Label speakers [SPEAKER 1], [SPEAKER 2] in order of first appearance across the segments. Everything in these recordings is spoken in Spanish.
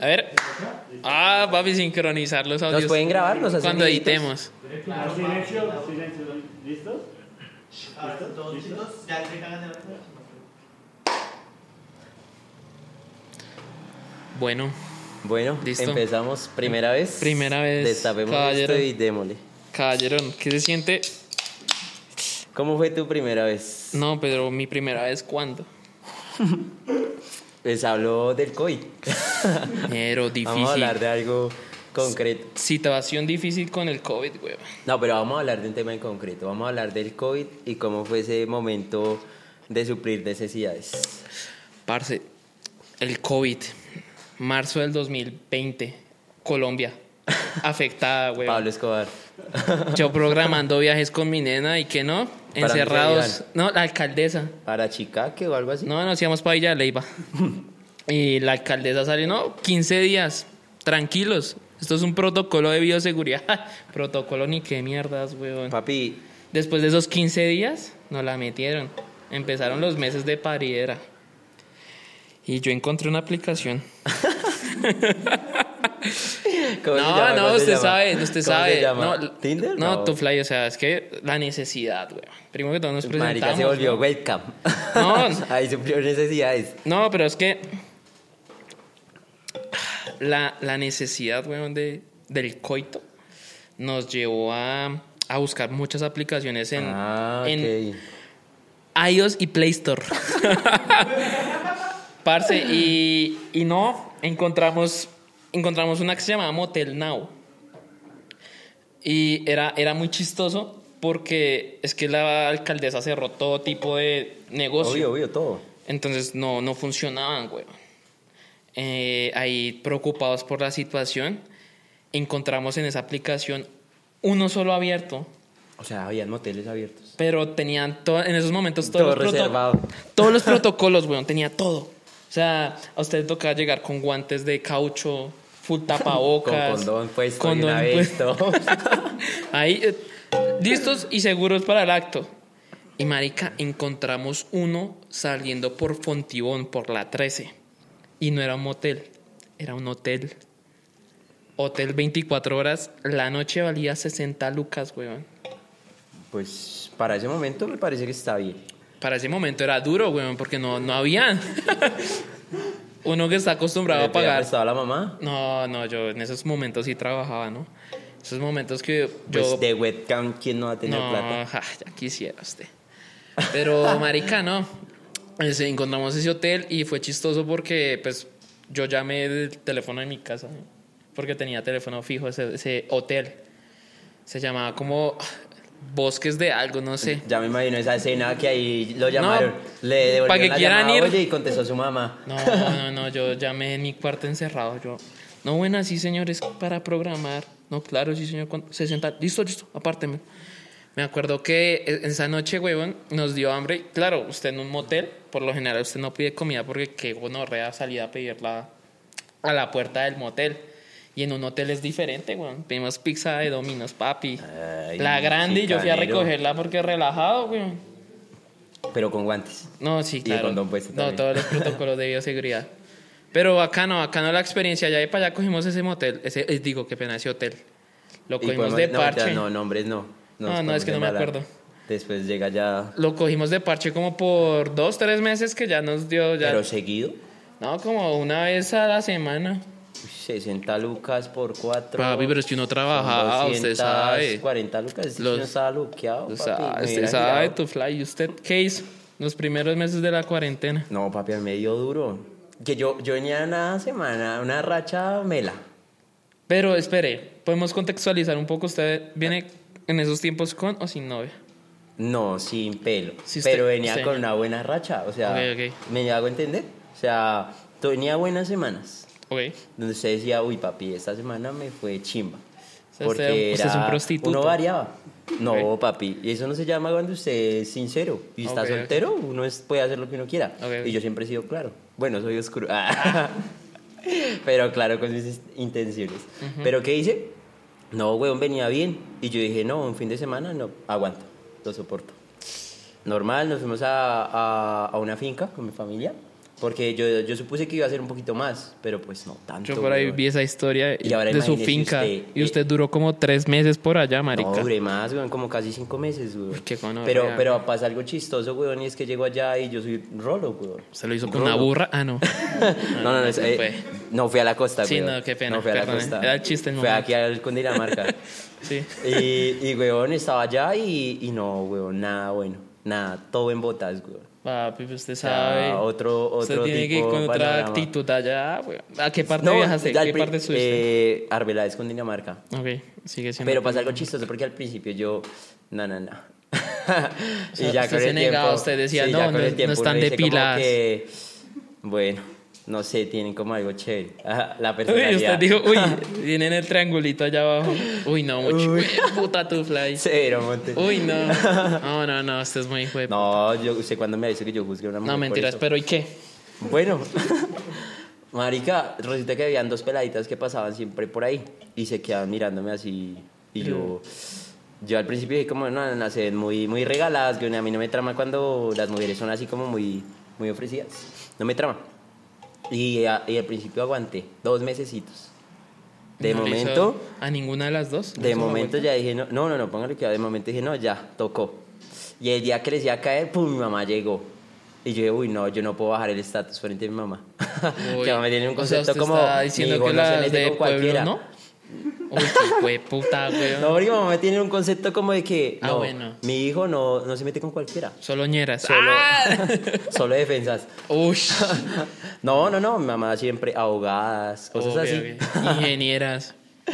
[SPEAKER 1] A ver. Ah, papi, sincronizar los audios.
[SPEAKER 2] Los pueden grabar, los hacen
[SPEAKER 1] Cuando
[SPEAKER 2] deditos.
[SPEAKER 1] editemos.
[SPEAKER 3] Silencio, silencio. ¿Listos?
[SPEAKER 1] Bueno,
[SPEAKER 2] Bueno,
[SPEAKER 1] Listo.
[SPEAKER 2] empezamos. Primera vez.
[SPEAKER 1] Primera vez,
[SPEAKER 2] Destapemos
[SPEAKER 1] caballero.
[SPEAKER 2] esto y démosle.
[SPEAKER 1] caballerón, ¿qué se siente?
[SPEAKER 2] ¿Cómo fue tu primera vez?
[SPEAKER 1] No, Pedro, mi primera vez, ¿cuándo?
[SPEAKER 2] Les Pues habló del COVID.
[SPEAKER 1] Pero
[SPEAKER 2] Vamos a
[SPEAKER 1] difícil.
[SPEAKER 2] hablar de algo concreto.
[SPEAKER 1] Situación difícil con el COVID, weón.
[SPEAKER 2] No, pero vamos a hablar de un tema en concreto. Vamos a hablar del COVID y cómo fue ese momento de suplir necesidades.
[SPEAKER 1] Parce, el COVID, marzo del 2020, Colombia, afectada, weón.
[SPEAKER 2] Pablo Escobar.
[SPEAKER 1] Yo programando viajes con mi nena y que no,
[SPEAKER 2] Para dónde
[SPEAKER 1] encerrados.
[SPEAKER 2] iban?
[SPEAKER 1] No, la alcaldesa.
[SPEAKER 2] ¿Para Chicaque o algo así?
[SPEAKER 1] No, nos íbamos para Villa de Leyva. Y la alcaldesa salió, no, 15 días, tranquilos. Esto es un protocolo de bioseguridad. protocolo ni qué mierdas, weón.
[SPEAKER 2] Papi,
[SPEAKER 1] Después de esos 15 días, nos la metieron. Empezaron los meses de paridera. Y yo encontré una aplicación.
[SPEAKER 2] ¿cómo se llama?
[SPEAKER 1] No,
[SPEAKER 2] ¿Cómo
[SPEAKER 1] no,
[SPEAKER 2] se
[SPEAKER 1] usted
[SPEAKER 2] llama?
[SPEAKER 1] sabe, usted
[SPEAKER 2] ¿Cómo
[SPEAKER 1] sabe.
[SPEAKER 2] Se llama?
[SPEAKER 1] No,
[SPEAKER 2] ¿Tinder?
[SPEAKER 1] No, tu fly, o sea, es que la necesidad, weón. Primero que todo nos presentamos.
[SPEAKER 2] Marica se volvió
[SPEAKER 1] weón.
[SPEAKER 2] webcam.
[SPEAKER 1] No.
[SPEAKER 2] Ahí suplió necesidades.
[SPEAKER 1] No, pero es que la, la necesidad, weón, de, del coito nos llevó a, a buscar muchas aplicaciones en,
[SPEAKER 2] ah,
[SPEAKER 1] en
[SPEAKER 2] ok.
[SPEAKER 1] iOS y Play Store. Parce, y, y no, encontramos, encontramos una que se llamaba Motel Now. Y era, era muy chistoso porque es que la alcaldesa cerró todo tipo de negocio.
[SPEAKER 2] Obvio, obvio, todo.
[SPEAKER 1] Entonces no, no funcionaban, güey. Eh, ahí preocupados por la situación, encontramos en esa aplicación uno solo abierto,
[SPEAKER 2] O sea, habían moteles abiertos.
[SPEAKER 1] pero tenían todo, en esos momentos todos
[SPEAKER 2] Todo
[SPEAKER 1] los proto-
[SPEAKER 2] reservado.
[SPEAKER 1] todos los protocolos, güey, tenía todo. O sea, a usted le tocaba llegar con guantes de caucho, full tapabocas,
[SPEAKER 2] Con condón puesto y
[SPEAKER 1] condón
[SPEAKER 2] una vez,
[SPEAKER 1] puesto.
[SPEAKER 2] todo.
[SPEAKER 1] Ahí, eh, listos y seguros para el acto. Y marica, encontramos uno saliendo por Fontibón, por la 13. Y no era un motel, era un hotel. Hotel 24 horas, la noche valía 60 lucas, weón.
[SPEAKER 2] Pues para ese momento me parece que está bien.
[SPEAKER 1] Para ese momento era duro, weón, porque no, no habían. Uno que está acostumbrado a pagar.
[SPEAKER 2] estaba la mamá?
[SPEAKER 1] No, no, yo en esos momentos sí trabajaba, ¿no? Esos momentos que yo...
[SPEAKER 2] Pues de webcam, ¿quién no va a tener
[SPEAKER 1] no,
[SPEAKER 2] plata?
[SPEAKER 1] ja, ya quisiera usted. Pero, marica, no. Pues, encontramos ese hotel y fue chistoso porque, pues, yo llamé el teléfono de mi casa. ¿no? Porque tenía teléfono fijo ese, ese hotel. Se llamaba como Bosques de algo, no sé.
[SPEAKER 2] Ya me imagino esa escena que ahí lo llamaron. le
[SPEAKER 1] pa' que
[SPEAKER 2] devolvieron la
[SPEAKER 1] quieran
[SPEAKER 2] llamada,
[SPEAKER 1] ir.
[SPEAKER 2] oye, y contestó su mamá.
[SPEAKER 1] No, no, no, yo llamé en mi cuarto encerrado. Yo, no, bueno, sí, señores, para programar. No, claro, sí, señor, con 60. Listo, listo, apárteme. Me acuerdo que e- esa noche, huevón, nos dio hambre. Claro, usted en un motel, por lo general, usted no pide comida porque qué gonorrea salir a pedirla a la puerta del motel. Y en un hotel es diferente, weón. Pedimos pizza de Domino's, papi.
[SPEAKER 2] Ay,
[SPEAKER 1] la grande, y yo fui a
[SPEAKER 2] chicanero.
[SPEAKER 1] recogerla porque relajado, weón.
[SPEAKER 2] Pero con guantes.
[SPEAKER 1] No, sí,
[SPEAKER 2] Y el
[SPEAKER 1] claro.
[SPEAKER 2] condón puesto
[SPEAKER 1] no,
[SPEAKER 2] también.
[SPEAKER 1] todos los protocolos de bioseguridad. Pero bacano, bacano la experiencia. Ya de para allá cogimos ese motel. Ese, eh, digo, qué pena, ese hotel. Lo
[SPEAKER 2] Y
[SPEAKER 1] cogimos
[SPEAKER 2] podemos-
[SPEAKER 1] de
[SPEAKER 2] no, mentira,
[SPEAKER 1] parche.
[SPEAKER 2] No, nombres no. Nos
[SPEAKER 1] No, no, es
[SPEAKER 2] podemos
[SPEAKER 1] que no me
[SPEAKER 2] embalar.
[SPEAKER 1] acuerdo.
[SPEAKER 2] Después llega ya.
[SPEAKER 1] Lo cogimos de parche como por dos, tres meses que ya nos dio ya.
[SPEAKER 2] Pero seguido.
[SPEAKER 1] No, como una vez a la semana.
[SPEAKER 2] uy, 60 lucas por 4.
[SPEAKER 1] Papi, pero es que uno trabajaba, usted sabe.
[SPEAKER 2] 40 lucas. es que
[SPEAKER 1] Los-
[SPEAKER 2] uno estaba luqueado.
[SPEAKER 1] O
[SPEAKER 2] papi,
[SPEAKER 1] sea,
[SPEAKER 2] me
[SPEAKER 1] usted
[SPEAKER 2] hubiera
[SPEAKER 1] sabe
[SPEAKER 2] girado.
[SPEAKER 1] tu fly. ¿Y usted qué hizo los primeros meses de la cuarentena?
[SPEAKER 2] No, papi, a mí me dio duro. Que yo, yo venía una semana, una racha mela.
[SPEAKER 1] Pero espere, podemos contextualizar un poco. ¿Usted viene en esos tiempos con o sin novia?
[SPEAKER 2] No, sin pelo.
[SPEAKER 1] Sí, usted-
[SPEAKER 2] pero venía
[SPEAKER 1] usted-
[SPEAKER 2] con una buena racha. O sea,
[SPEAKER 1] Ok,
[SPEAKER 2] me hago entender. O sea, tenía buenas semanas.
[SPEAKER 1] Ok.
[SPEAKER 2] Donde usted decía, uy, papi, esta semana me fue chimba.
[SPEAKER 1] sea, usted- usted es un prostituto.
[SPEAKER 2] Uno variaba. No,
[SPEAKER 1] Ok.
[SPEAKER 2] papi, y eso no se llama cuando usted es sincero. Y está
[SPEAKER 1] Ok, ok.
[SPEAKER 2] soltero, uno es- puede hacer lo que uno quiera.
[SPEAKER 1] Ok, ok.
[SPEAKER 2] Y yo siempre he sido claro. Bueno, soy oscuro. Pero claro, con mis intenciones. Pero ¿qué hice? No, weón, venía bien. Y yo dije, no, un fin de semana no, aguanto, lo soporto. Normal, nos fuimos a, a- a una finca con mi familia Porque yo, yo supuse que iba a ser un poquito más, pero pues no tanto.
[SPEAKER 1] Yo por ahí
[SPEAKER 2] weón.
[SPEAKER 1] vi esa historia
[SPEAKER 2] Y ahora
[SPEAKER 1] de su
[SPEAKER 2] imagínese
[SPEAKER 1] finca.
[SPEAKER 2] usted,
[SPEAKER 1] y
[SPEAKER 2] eh,
[SPEAKER 1] usted duró como tres meses por allá,
[SPEAKER 2] No,
[SPEAKER 1] marica.
[SPEAKER 2] duré más, weón, como casi cinco meses, weón.
[SPEAKER 1] qué gonorrea,
[SPEAKER 2] pero,
[SPEAKER 1] weón.
[SPEAKER 2] pero pasa algo chistoso, weón, y es que llego allá y yo soy rolo, weón.
[SPEAKER 1] Se lo hizo con
[SPEAKER 2] Rolo.
[SPEAKER 1] una burra. Ah, no.
[SPEAKER 2] No, no, no,
[SPEAKER 1] se
[SPEAKER 2] eh,
[SPEAKER 1] fue.
[SPEAKER 2] no fui a la costa,
[SPEAKER 1] Sí,
[SPEAKER 2] weón.
[SPEAKER 1] no, qué pena,
[SPEAKER 2] No fui a la
[SPEAKER 1] perdone.
[SPEAKER 2] costa.
[SPEAKER 1] Era el chiste del
[SPEAKER 2] Fue
[SPEAKER 1] momento.
[SPEAKER 2] aquí al Cundinamarca.
[SPEAKER 1] Sí.
[SPEAKER 2] y, y, weón, estaba allá y, y no, weón, nada bueno. Nada, todo en botas, weón.
[SPEAKER 1] Papi, pues usted
[SPEAKER 2] sea,
[SPEAKER 1] sabe.
[SPEAKER 2] otro-
[SPEAKER 1] Usted
[SPEAKER 2] otro
[SPEAKER 1] tiene que ir
[SPEAKER 2] tipo
[SPEAKER 1] con otra
[SPEAKER 2] panorama.
[SPEAKER 1] actitud allá, güey. ¿A qué parte viajaste?
[SPEAKER 2] al
[SPEAKER 1] ¿Qué
[SPEAKER 2] pri-
[SPEAKER 1] parte subiste?
[SPEAKER 2] Eh, Arbeláez, Cundinamarca.
[SPEAKER 1] ok, sigue siendo.
[SPEAKER 2] Pero pasa algo chistoso porque al principio yo, no, no, no.
[SPEAKER 1] sea, usted se negaba, usted decía, no,
[SPEAKER 2] ya con
[SPEAKER 1] no-
[SPEAKER 2] el
[SPEAKER 1] no
[SPEAKER 2] tiempo
[SPEAKER 1] están
[SPEAKER 2] uno dice como
[SPEAKER 1] depiladas.
[SPEAKER 2] que, bueno, no sé, tienen como algo chévere. Ajá, La personalidad.
[SPEAKER 1] Uy, usted dijo, uy, tienen el triangulito allá abajo. Uy, no, mucho.
[SPEAKER 2] Uy.
[SPEAKER 1] Uy, puta tufla ahí.
[SPEAKER 2] Cero, Monte.
[SPEAKER 1] Uy, no. No, no, no, usted es muy hijo de- No,
[SPEAKER 2] No, yo, usted cuando me dice que yo juzgué a una mujer. por
[SPEAKER 1] mentiras,
[SPEAKER 2] eso.
[SPEAKER 1] pero ¿y qué?
[SPEAKER 2] Bueno, marica, resulta que habían dos peladitas que pasaban siempre por ahí y se quedaban mirándome así. Y yo, yo al principio dije como, no, no, no, se ven muy, muy regaladas, que a mí no me trama cuando las mujeres son así como muy, muy ofrecidas. No me trama. Y, a- y al principio aguanté, dos mesecitos. De
[SPEAKER 1] ¿No le hizo
[SPEAKER 2] momento,
[SPEAKER 1] ¿A ninguna de las dos? ¿No
[SPEAKER 2] de
[SPEAKER 1] hizo la
[SPEAKER 2] momento ya dije, no, no, no, no, póngale que de momento dije, no, ya, tocó. Y el día que les iba a caer, pum, mi mamá llegó. Y yo dije, uy, no, yo no puedo bajar el estatus frente a mi mamá.
[SPEAKER 1] Uy,
[SPEAKER 2] que mamá tiene un
[SPEAKER 1] o sea,
[SPEAKER 2] concepto
[SPEAKER 1] usted
[SPEAKER 2] como,
[SPEAKER 1] está
[SPEAKER 2] mi
[SPEAKER 1] diciendo
[SPEAKER 2] hijo
[SPEAKER 1] que
[SPEAKER 2] no se
[SPEAKER 1] las
[SPEAKER 2] mete
[SPEAKER 1] de pueblo,
[SPEAKER 2] con cualquiera.
[SPEAKER 1] ¿no? Uy, qué hue puta, güey.
[SPEAKER 2] No, porque mi mamá tiene un concepto como de que,
[SPEAKER 1] Ah,
[SPEAKER 2] no,
[SPEAKER 1] bueno.
[SPEAKER 2] mi hijo no, no se mete con cualquiera.
[SPEAKER 1] Solo ñeras.
[SPEAKER 2] Solo,
[SPEAKER 1] ¡Ah!
[SPEAKER 2] solo defensas.
[SPEAKER 1] Uy.
[SPEAKER 2] No, no, no, mi mamá siempre abogadas, cosas
[SPEAKER 1] Obvio,
[SPEAKER 2] así.
[SPEAKER 1] obvio. Ingenieras.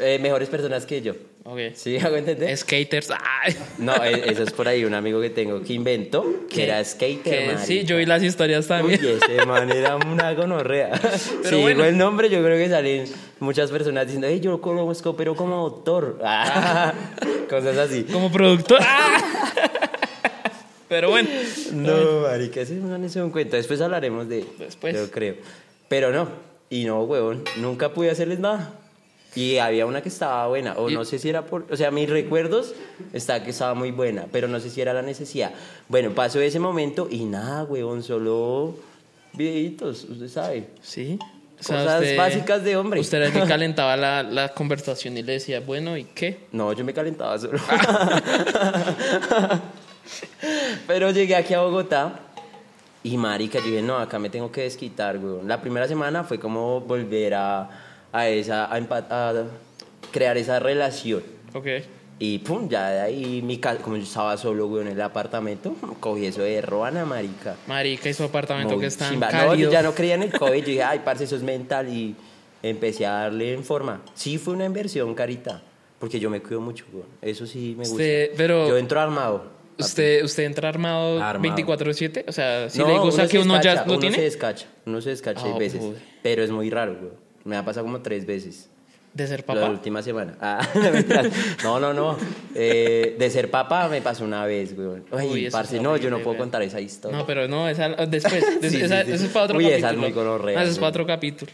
[SPEAKER 2] Eh, mejores personas que yo.
[SPEAKER 1] Ok.
[SPEAKER 2] ¿Sí? ¿Hago entender?
[SPEAKER 1] Skaters. Ah. ¡Ay!
[SPEAKER 2] No, e- eso es por ahí un amigo que tengo que inventó, que era skater.
[SPEAKER 1] Que sí,
[SPEAKER 2] marica.
[SPEAKER 1] yo vi las historias
[SPEAKER 2] Uy,
[SPEAKER 1] también.
[SPEAKER 2] ese man era una gonorrea. si
[SPEAKER 1] bueno.
[SPEAKER 2] digo el nombre, yo creo que salen muchas personas diciendo, hey, yo lo conozco, pero como doctor.
[SPEAKER 1] Ah.
[SPEAKER 2] Cosas así.
[SPEAKER 1] Como productor. ¡Ah! Pero bueno.
[SPEAKER 2] No, marica, ese man es un cuento. Después hablaremos de
[SPEAKER 1] Después.
[SPEAKER 2] Yo creo. Pero no, y no, huevón, nunca pude hacerles nada. Y había una que estaba buena, o
[SPEAKER 1] Y-
[SPEAKER 2] no sé si era por... O sea, mis recuerdos está que estaba muy buena, pero no sé si era la necesidad. Bueno, pasó ese momento y nada, huevón, solo videitos, usted sabe.
[SPEAKER 1] Sí.
[SPEAKER 2] Cosas básicas de hombre.
[SPEAKER 1] Usted era el que calentaba la, la conversación y le decía, bueno, ¿y qué?
[SPEAKER 2] No, yo me calentaba solo. Pero llegué aquí a Bogotá y marica, yo dije, no, acá me tengo que desquitar, weón. La primera semana fue como volver a, a esa, a, empa- a crear esa relación.
[SPEAKER 1] Ok.
[SPEAKER 2] Y pum, ya de ahí, mi ca- como yo estaba solo, weón, en el apartamento, cogí eso de Roana, marica.
[SPEAKER 1] Marica y su apartamento
[SPEAKER 2] Muy
[SPEAKER 1] que está
[SPEAKER 2] chimba. No, yo
[SPEAKER 1] cálido.
[SPEAKER 2] ya no creía en el COVID, yo dije, ay, parce, eso es mental y empecé a darle en forma. Sí fue una inversión, carita, porque yo me cuido mucho, weón. eso sí me gusta.
[SPEAKER 1] Usted- pero-
[SPEAKER 2] Yo entro armado.
[SPEAKER 1] ¿Usted, ¿Usted entra armado,
[SPEAKER 2] Armado.
[SPEAKER 1] 24-7? O sea, si
[SPEAKER 2] No,
[SPEAKER 1] le gusta
[SPEAKER 2] se
[SPEAKER 1] que uno ya
[SPEAKER 2] descacha,
[SPEAKER 1] lo
[SPEAKER 2] uno
[SPEAKER 1] tiene,
[SPEAKER 2] se descacha, uno se descacha
[SPEAKER 1] Ah,
[SPEAKER 2] seis veces,
[SPEAKER 1] joder.
[SPEAKER 2] pero es muy raro, weón. Me ha pasado como tres veces.
[SPEAKER 1] de ser
[SPEAKER 2] La
[SPEAKER 1] papá.
[SPEAKER 2] última semana. Ah, no, mentiras. no, no, no. Eh, de ser papá me pasó una vez, weón. Ay,
[SPEAKER 1] Uy, eso es
[SPEAKER 2] parce, no, yo no
[SPEAKER 1] horrible,
[SPEAKER 2] puedo
[SPEAKER 1] weón.
[SPEAKER 2] contar esa historia.
[SPEAKER 1] No, pero no, esa, después. des-
[SPEAKER 2] Sí, sí,
[SPEAKER 1] esa-
[SPEAKER 2] sí.
[SPEAKER 1] Eso es para otro
[SPEAKER 2] Uy, esa
[SPEAKER 1] capítulo.
[SPEAKER 2] es muy gonorrea,
[SPEAKER 1] Ah, Eso es para
[SPEAKER 2] güey.
[SPEAKER 1] otro capítulo.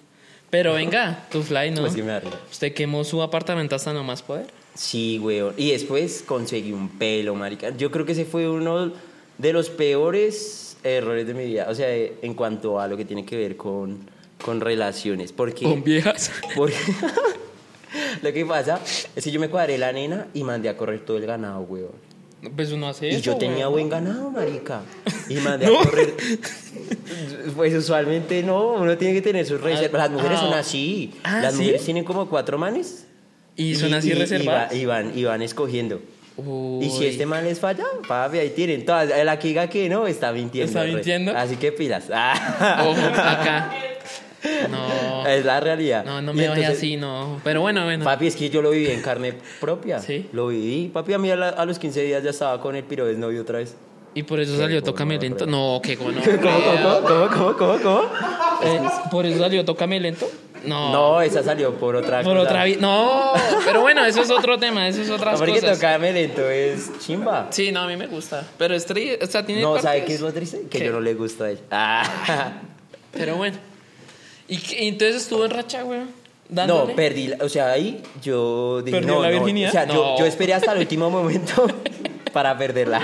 [SPEAKER 1] Pero venga, tu fly, ¿no?
[SPEAKER 2] Pues que me da risa.
[SPEAKER 1] ¿Usted quemó su apartamento hasta no más poder?
[SPEAKER 2] Sí, weón. Y después conseguí un pelo, marica. Yo creo que ese fue uno de los peores errores de mi vida. O sea, eh, en cuanto a lo que tiene que ver con, con relaciones. Porque,
[SPEAKER 1] Con viejas.
[SPEAKER 2] porque- lo que pasa es que yo me cuadré la nena y mandé a correr todo el ganado, weón.
[SPEAKER 1] Pues uno hace eso.
[SPEAKER 2] Y yo
[SPEAKER 1] güey.
[SPEAKER 2] tenía buen ganado, marica. Y mandé
[SPEAKER 1] No.
[SPEAKER 2] a correr. Pues usualmente no, uno tiene que tener sus reservas. Las mujeres
[SPEAKER 1] ah,
[SPEAKER 2] son así.
[SPEAKER 1] ah,
[SPEAKER 2] Las
[SPEAKER 1] ¿sí?
[SPEAKER 2] mujeres tienen como cuatro manes.
[SPEAKER 1] Y son así
[SPEAKER 2] va-
[SPEAKER 1] reservadas.
[SPEAKER 2] Y van, y van escogiendo.
[SPEAKER 1] Uy.
[SPEAKER 2] Y si este man les falla, papi, ahí tienen todas. El que diga que no, está mintiendo.
[SPEAKER 1] Está
[SPEAKER 2] re.
[SPEAKER 1] mintiendo.
[SPEAKER 2] Así que pilas. Ah,
[SPEAKER 1] Ojo, acá. No.
[SPEAKER 2] Es la realidad.
[SPEAKER 1] No, no
[SPEAKER 2] Y
[SPEAKER 1] me vaya
[SPEAKER 2] entonces,
[SPEAKER 1] así, no. Pero bueno, bueno.
[SPEAKER 2] Papi, es que yo lo viví en carne propia.
[SPEAKER 1] Sí.
[SPEAKER 2] Lo viví. Papi, a mí a, la- a los 15 días ya estaba con el piro novio otra vez.
[SPEAKER 1] Y por eso salió Tócame
[SPEAKER 2] gonorrea.
[SPEAKER 1] Lento. No, qué gono.
[SPEAKER 2] ¿Cómo, cómo, cómo, cómo, cómo, cómo?
[SPEAKER 1] Eh, por eso salió Tócame Lento. No.
[SPEAKER 2] No, esa salió por otra
[SPEAKER 1] Por
[SPEAKER 2] cosa.
[SPEAKER 1] otra vi- No. Pero bueno, eso es otro tema. Eso es otras
[SPEAKER 2] Porque
[SPEAKER 1] cosas.
[SPEAKER 2] tocarme lento es chimba.
[SPEAKER 1] Sí, no, a mí me gusta. Pero es tri- O sea, tiene
[SPEAKER 2] No, ¿sabe
[SPEAKER 1] partes-
[SPEAKER 2] qué es lo triste? Que
[SPEAKER 1] ¿Qué?
[SPEAKER 2] yo no le gusto a ella. Ah.
[SPEAKER 1] Pero bueno. ¿Y, qué- y entonces estuvo en racha, güey?
[SPEAKER 2] No,
[SPEAKER 1] Dándole.
[SPEAKER 2] perdí, la- o sea, ahí yo dije,
[SPEAKER 1] ¿Perdió
[SPEAKER 2] no,
[SPEAKER 1] la
[SPEAKER 2] no,
[SPEAKER 1] virginidad?
[SPEAKER 2] o sea, Yo,
[SPEAKER 1] No.
[SPEAKER 2] yo esperé hasta el último momento para perderla.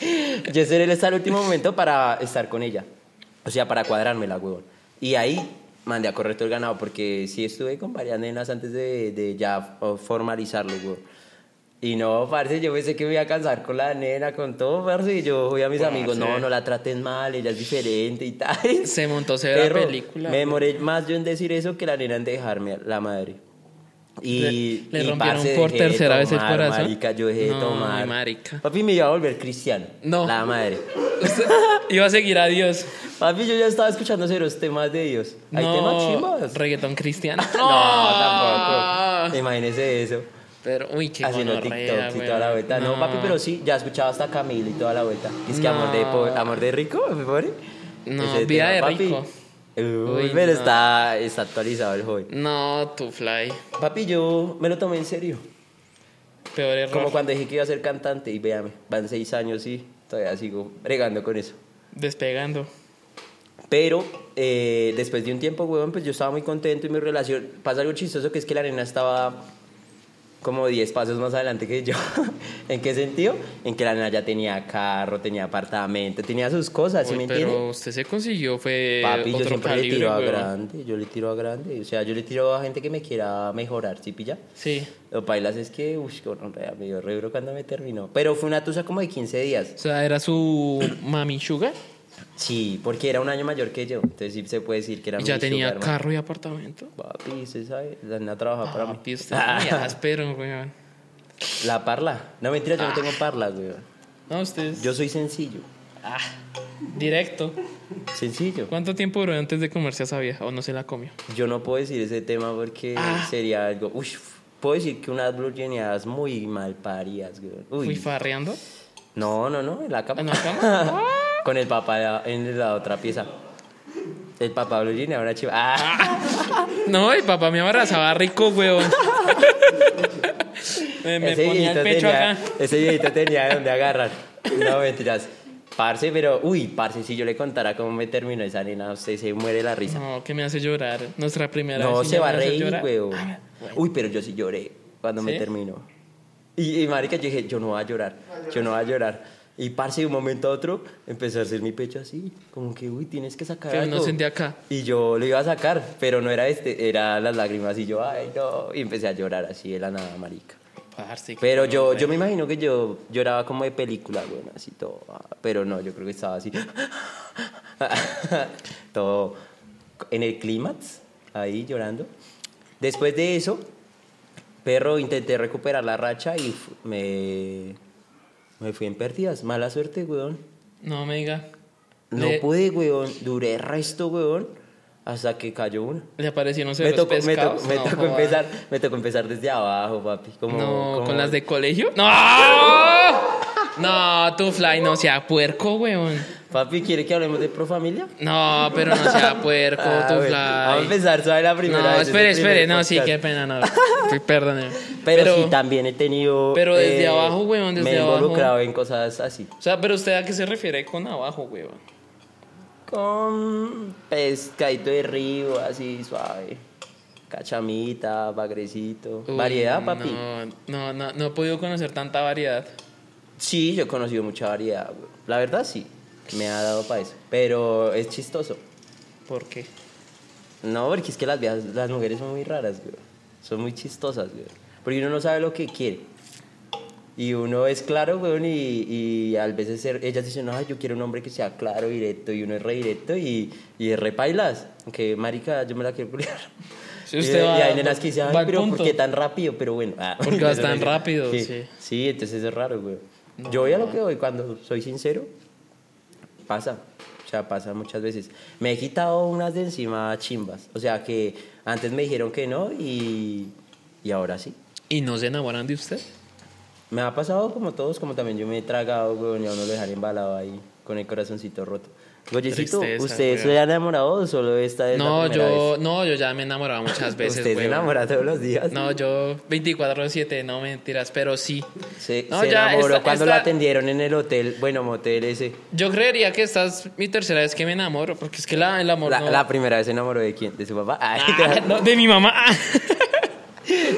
[SPEAKER 2] yo esperé hasta el último momento para estar con ella. O sea, para cuadrármela, huevón. Y ahí mandé a correr todo el ganado, porque sí estuve con varias nenas antes de, de ya oh, formalizarlo, huevón. Y no, parce, yo pensé que me iba a cansar con la nena, con todo, parce. Y yo voy a mis
[SPEAKER 1] Parce.
[SPEAKER 2] amigos, no, no la traten mal, ella es diferente y tal.
[SPEAKER 1] Se montó severa
[SPEAKER 2] Perro,
[SPEAKER 1] película.
[SPEAKER 2] Me demoré más yo en decir eso que la nena en dejarme a la madre. Y
[SPEAKER 1] Le- le
[SPEAKER 2] y,
[SPEAKER 1] rompieron
[SPEAKER 2] parce,
[SPEAKER 1] por
[SPEAKER 2] dejé de
[SPEAKER 1] tercera vez el
[SPEAKER 2] tomar,
[SPEAKER 1] corazón.
[SPEAKER 2] Marica, yo dejé
[SPEAKER 1] No,
[SPEAKER 2] de tomar.
[SPEAKER 1] marica.
[SPEAKER 2] Papi me iba a volver cristiano.
[SPEAKER 1] No.
[SPEAKER 2] La madre.
[SPEAKER 1] Usted iba a seguir a Dios.
[SPEAKER 2] Papi, yo ya estaba escuchando ceros temas de Dios. Hay temas
[SPEAKER 1] No,
[SPEAKER 2] chimbas.
[SPEAKER 1] reggaetón cristiano.
[SPEAKER 2] No,
[SPEAKER 1] Ah.
[SPEAKER 2] tampoco. Imagínese eso.
[SPEAKER 1] Pero, uy, qué
[SPEAKER 2] haciendo
[SPEAKER 1] gonorrea,
[SPEAKER 2] TikTok y toda la
[SPEAKER 1] weón.
[SPEAKER 2] vuelta. No. papi, pero sí, ya escuchaba hasta Camilo y toda la vuelta. Es que amor de pobre, amor de rico, pobre.
[SPEAKER 1] No,
[SPEAKER 2] Ese
[SPEAKER 1] vida
[SPEAKER 2] tema,
[SPEAKER 1] de
[SPEAKER 2] papi.
[SPEAKER 1] rico.
[SPEAKER 2] Uy,
[SPEAKER 1] Uy,
[SPEAKER 2] pero
[SPEAKER 1] no.
[SPEAKER 2] está, está actualizado el joven.
[SPEAKER 1] No, tu fly.
[SPEAKER 2] Papi, yo me lo tomé en serio.
[SPEAKER 1] Peor error.
[SPEAKER 2] Como cuando dije que iba a ser cantante y véame, van seis años y todavía sigo bregando con eso.
[SPEAKER 1] Despegando.
[SPEAKER 2] Pero eh, después de un tiempo, weón, pues yo estaba muy contento y mi relación. Pasa algo chistoso que es que la nena estaba como 10 pasos más adelante que yo. ¿En qué sentido? En que la nena ya tenía carro, tenía apartamento, tenía sus cosas, ¿sí
[SPEAKER 1] Uy,
[SPEAKER 2] me
[SPEAKER 1] pero
[SPEAKER 2] entiende?
[SPEAKER 1] usted se consiguió, fue
[SPEAKER 2] Papi, yo
[SPEAKER 1] otro
[SPEAKER 2] siempre le
[SPEAKER 1] calibre,
[SPEAKER 2] tiro a
[SPEAKER 1] weón.
[SPEAKER 2] grande, yo le tiro a grande. O sea, yo le tiro a gente que me quiera mejorar, ¿sí pilla?
[SPEAKER 1] Sí.
[SPEAKER 2] Lo bailas es que, uff, me dio re duro cuando me terminó. Pero fue una tusa como de 15 días.
[SPEAKER 1] O sea, era su mami sugar
[SPEAKER 2] Sí, porque era un año mayor que yo. Entonces sí se puede decir que era
[SPEAKER 1] y ya
[SPEAKER 2] mi
[SPEAKER 1] tenía
[SPEAKER 2] sugar, man.
[SPEAKER 1] carro y apartamento. Ah,
[SPEAKER 2] Papi, se sabe, la nena trabaja para mí.
[SPEAKER 1] Papi, usted es muy áspero, weón.
[SPEAKER 2] La parla. No, mentira,
[SPEAKER 1] Ah.
[SPEAKER 2] yo no tengo parla, güey.
[SPEAKER 1] No, usted es-
[SPEAKER 2] Yo soy sencillo.
[SPEAKER 1] Ah, directo.
[SPEAKER 2] Sencillo.
[SPEAKER 1] ¿Cuánto tiempo duró antes de comerse a esa vieja o no se la comió?
[SPEAKER 2] Yo no puedo decir ese tema porque
[SPEAKER 1] Ah.
[SPEAKER 2] sería algo. Uy, puedo decir que unas blurgeneadas muy mal paridas, güey.
[SPEAKER 1] ¿Fui
[SPEAKER 2] Uy.
[SPEAKER 1] farreando?
[SPEAKER 2] No, no, no, en la cama.
[SPEAKER 1] ¿En la cama?
[SPEAKER 2] Con el papá en la otra pieza. El papá blurgeneaba una chiva. Ah.
[SPEAKER 1] No, el papá me abrazaba rico, weón. me me ponía el
[SPEAKER 2] viejito
[SPEAKER 1] pecho
[SPEAKER 2] tenía,
[SPEAKER 1] acá.
[SPEAKER 2] Ese viejito tenía de dónde agarrar. No, mentiras. Parce, pero, uy, parce, si yo le contara cómo me terminó esa nena, usted se muere la risa.
[SPEAKER 1] No, que me hace llorar. Nuestra primera
[SPEAKER 2] No,
[SPEAKER 1] vez. y
[SPEAKER 2] se
[SPEAKER 1] ya
[SPEAKER 2] va a
[SPEAKER 1] me hace
[SPEAKER 2] reír,
[SPEAKER 1] llorar.
[SPEAKER 2] weón.
[SPEAKER 1] Ah,
[SPEAKER 2] Uy, pero yo sí lloré cuando me
[SPEAKER 1] ¿Sí?
[SPEAKER 2] terminó. Y, y, marica, yo dije, yo no voy a llorar, yo no voy a llorar. Y parce, de un momento a otro, empezó a hacer mi pecho así, como que, uy, tienes que sacar
[SPEAKER 1] Que uno
[SPEAKER 2] algo.
[SPEAKER 1] sentía acá.
[SPEAKER 2] Y yo lo iba a sacar, pero no era este, era las lágrimas. Y yo, ay, no. Y empecé a llorar así de la nada, marica.
[SPEAKER 1] parce, qué
[SPEAKER 2] Pero yo,
[SPEAKER 1] gonorrea.
[SPEAKER 2] yo me imagino que yo lloraba como de película, bueno, así todo. ah, Pero no, yo creo que estaba así. todo en el clímax, ahí llorando. Después de eso, perro, intenté recuperar la racha y fu- me, me fui en pérdidas. Mala suerte, weón.
[SPEAKER 1] No me diga.
[SPEAKER 2] No
[SPEAKER 1] le,
[SPEAKER 2] pude, weón. Duré resto, weón. Hasta que cayó una.
[SPEAKER 1] le aparecieron
[SPEAKER 2] Me
[SPEAKER 1] ceros
[SPEAKER 2] tocó, me,
[SPEAKER 1] pescados.
[SPEAKER 2] tocó, me,
[SPEAKER 1] No,
[SPEAKER 2] tocó
[SPEAKER 1] joda.
[SPEAKER 2] empezar, me tocó empezar desde abajo, papi. Como,
[SPEAKER 1] No,
[SPEAKER 2] como-
[SPEAKER 1] con las de colegio. No. No, tu fly no sea puerco, weón.
[SPEAKER 2] Papi, ¿quiere que hablemos de Profamilia?
[SPEAKER 1] No, pero no sea puerco,
[SPEAKER 2] Ah,
[SPEAKER 1] tu
[SPEAKER 2] bueno. Vamos a
[SPEAKER 1] fly.
[SPEAKER 2] empezar suave la primera
[SPEAKER 1] No,
[SPEAKER 2] vez,
[SPEAKER 1] espere,
[SPEAKER 2] es el primer
[SPEAKER 1] espere. No, sí,
[SPEAKER 2] podcast.
[SPEAKER 1] qué pena, no. Fui, Perdóneme.
[SPEAKER 2] Pero, sí, también he tenido... eh,
[SPEAKER 1] pero desde abajo, weón,
[SPEAKER 2] Me
[SPEAKER 1] desde
[SPEAKER 2] he
[SPEAKER 1] abajo.
[SPEAKER 2] involucrado en cosas así.
[SPEAKER 1] O sea, pero usted a qué se refiere con abajo, weón.
[SPEAKER 2] Con pescadito de río, así, suave. Cachamita, bagrecito.
[SPEAKER 1] Uy,
[SPEAKER 2] variedad, papi.
[SPEAKER 1] No, no, no, no he podido conocer tanta variedad.
[SPEAKER 2] Sí, yo he conocido mucha variedad, weón. La verdad, sí. Me ha dado para eso. Pero es chistoso.
[SPEAKER 1] ¿Por qué?
[SPEAKER 2] No, porque es que las, viejas- las mujeres son muy raras, güey. Son muy chistosas, güey. Porque uno no sabe lo que quiere. Y uno es claro, güey, y, y a veces ser- ellas dicen, no, yo quiero un hombre que sea claro, directo, y uno es re directo, y, y es re pailas. Que, marica, yo me la quiero culiar.
[SPEAKER 1] Sí,
[SPEAKER 2] Y-
[SPEAKER 1] usted
[SPEAKER 2] y,
[SPEAKER 1] va-
[SPEAKER 2] hay nenas que dicen,
[SPEAKER 1] va
[SPEAKER 2] ay,
[SPEAKER 1] al
[SPEAKER 2] pero
[SPEAKER 1] punto".
[SPEAKER 2] ¿por qué tan rápido? Pero bueno. ah,
[SPEAKER 1] Porque vas
[SPEAKER 2] eso
[SPEAKER 1] tan
[SPEAKER 2] me-
[SPEAKER 1] rápido, sí.
[SPEAKER 2] Sí, entonces es raro, güey. Yo voy a lo que voy cuando soy sincero. Pasa, o sea, pasa muchas veces. Me he quitado unas de encima chimbas. O sea, que antes me dijeron que no y, y ahora sí.
[SPEAKER 1] ¿Y no se enamoran de usted?
[SPEAKER 2] Me ha pasado como todos, como también yo me he tragado, weón, y a uno lo dejaré embalado ahí con el corazoncito roto. Goyecito,
[SPEAKER 1] Tristeza,
[SPEAKER 2] ¿usted se
[SPEAKER 1] weón.
[SPEAKER 2] ha enamorado o solo esta es la
[SPEAKER 1] No,
[SPEAKER 2] primera
[SPEAKER 1] yo,
[SPEAKER 2] vez?
[SPEAKER 1] no, yo ya me he enamorado muchas veces,
[SPEAKER 2] ¿Usted se
[SPEAKER 1] weón.
[SPEAKER 2] enamora todos los días?
[SPEAKER 1] No, yo 24-7, no mentiras, pero sí.
[SPEAKER 2] Se,
[SPEAKER 1] No,
[SPEAKER 2] se
[SPEAKER 1] ya,
[SPEAKER 2] enamoró
[SPEAKER 1] esta-
[SPEAKER 2] cuando
[SPEAKER 1] esta-
[SPEAKER 2] la atendieron en el hotel, bueno, motel ese.
[SPEAKER 1] Yo creería que esta es mi tercera vez que me enamoro, porque es que la, el amor
[SPEAKER 2] La,
[SPEAKER 1] no...
[SPEAKER 2] la primera vez se enamoró de quién? ¿De su papá? Ay,
[SPEAKER 1] Ah, no, de mi mamá.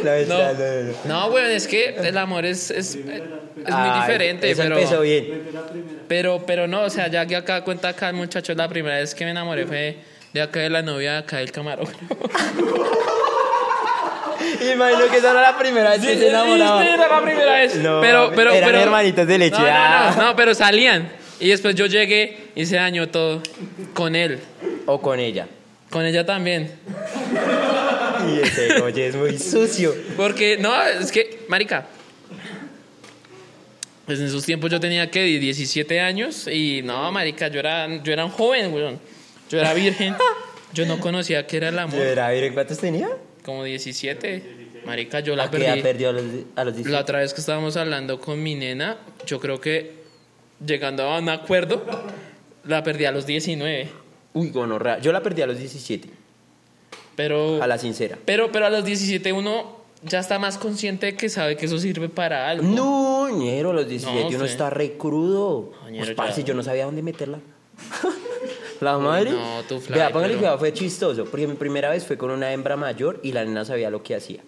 [SPEAKER 2] La
[SPEAKER 1] No,
[SPEAKER 2] ventana, no, no, no.
[SPEAKER 1] no, weón, es que el amor es, es, es muy
[SPEAKER 2] Ah,
[SPEAKER 1] diferente,
[SPEAKER 2] eso
[SPEAKER 1] pero,
[SPEAKER 2] empezó bien.
[SPEAKER 3] Vente la primera.
[SPEAKER 1] pero, pero no, o sea, ya que acá cuenta acá el muchacho, la primera vez que me enamoré fue de acá de la novia, de acá del camarógrafo.
[SPEAKER 2] Imagino que esa era la primera vez que se enamoraba.
[SPEAKER 1] Sí, era la primera vez.
[SPEAKER 2] No,
[SPEAKER 1] pero, pero,
[SPEAKER 2] eran
[SPEAKER 1] pero-
[SPEAKER 2] hermanitos de leche.
[SPEAKER 1] No, no,
[SPEAKER 2] Ah.
[SPEAKER 1] no, no, pero salían. Y después yo llegué y se dañó todo con él.
[SPEAKER 2] O con ella.
[SPEAKER 1] Con ella también.
[SPEAKER 2] Y ese oye es muy sucio.
[SPEAKER 1] Porque, no, es que, marica. Pues en esos tiempos yo tenía que 17 años y no, marica, yo era, yo era un joven, weón. Yo era virgen. Yo no conocía qué era el
[SPEAKER 2] Yo
[SPEAKER 1] amor.
[SPEAKER 2] era, ver, ¿cuántos tenía?
[SPEAKER 1] Como 17. Marica, yo la
[SPEAKER 2] Que ya
[SPEAKER 1] perdí.
[SPEAKER 2] perdió a los, a los 18.
[SPEAKER 1] La otra vez que estábamos hablando con mi nena, yo creo que llegando a un acuerdo, la perdí a los 19.
[SPEAKER 2] Uy, gonorrea. Yo la perdí a los 17.
[SPEAKER 1] Pero,
[SPEAKER 2] A la sincera.
[SPEAKER 1] pero, pero a los 17 uno ya está más consciente que sabe que eso sirve para algo.
[SPEAKER 2] No, ñero, a los 17
[SPEAKER 1] No,
[SPEAKER 2] uno
[SPEAKER 1] sí.
[SPEAKER 2] está re crudo.
[SPEAKER 1] No, ñero,
[SPEAKER 2] pues, parce,
[SPEAKER 1] ya.
[SPEAKER 2] yo no sabía dónde meterla. la madre.
[SPEAKER 1] no, tú, Flavio,
[SPEAKER 2] Vea, póngale
[SPEAKER 1] pero-
[SPEAKER 2] cuidado, fue chistoso. Porque mi primera vez fue con una hembra mayor y la nena sabía lo que hacía.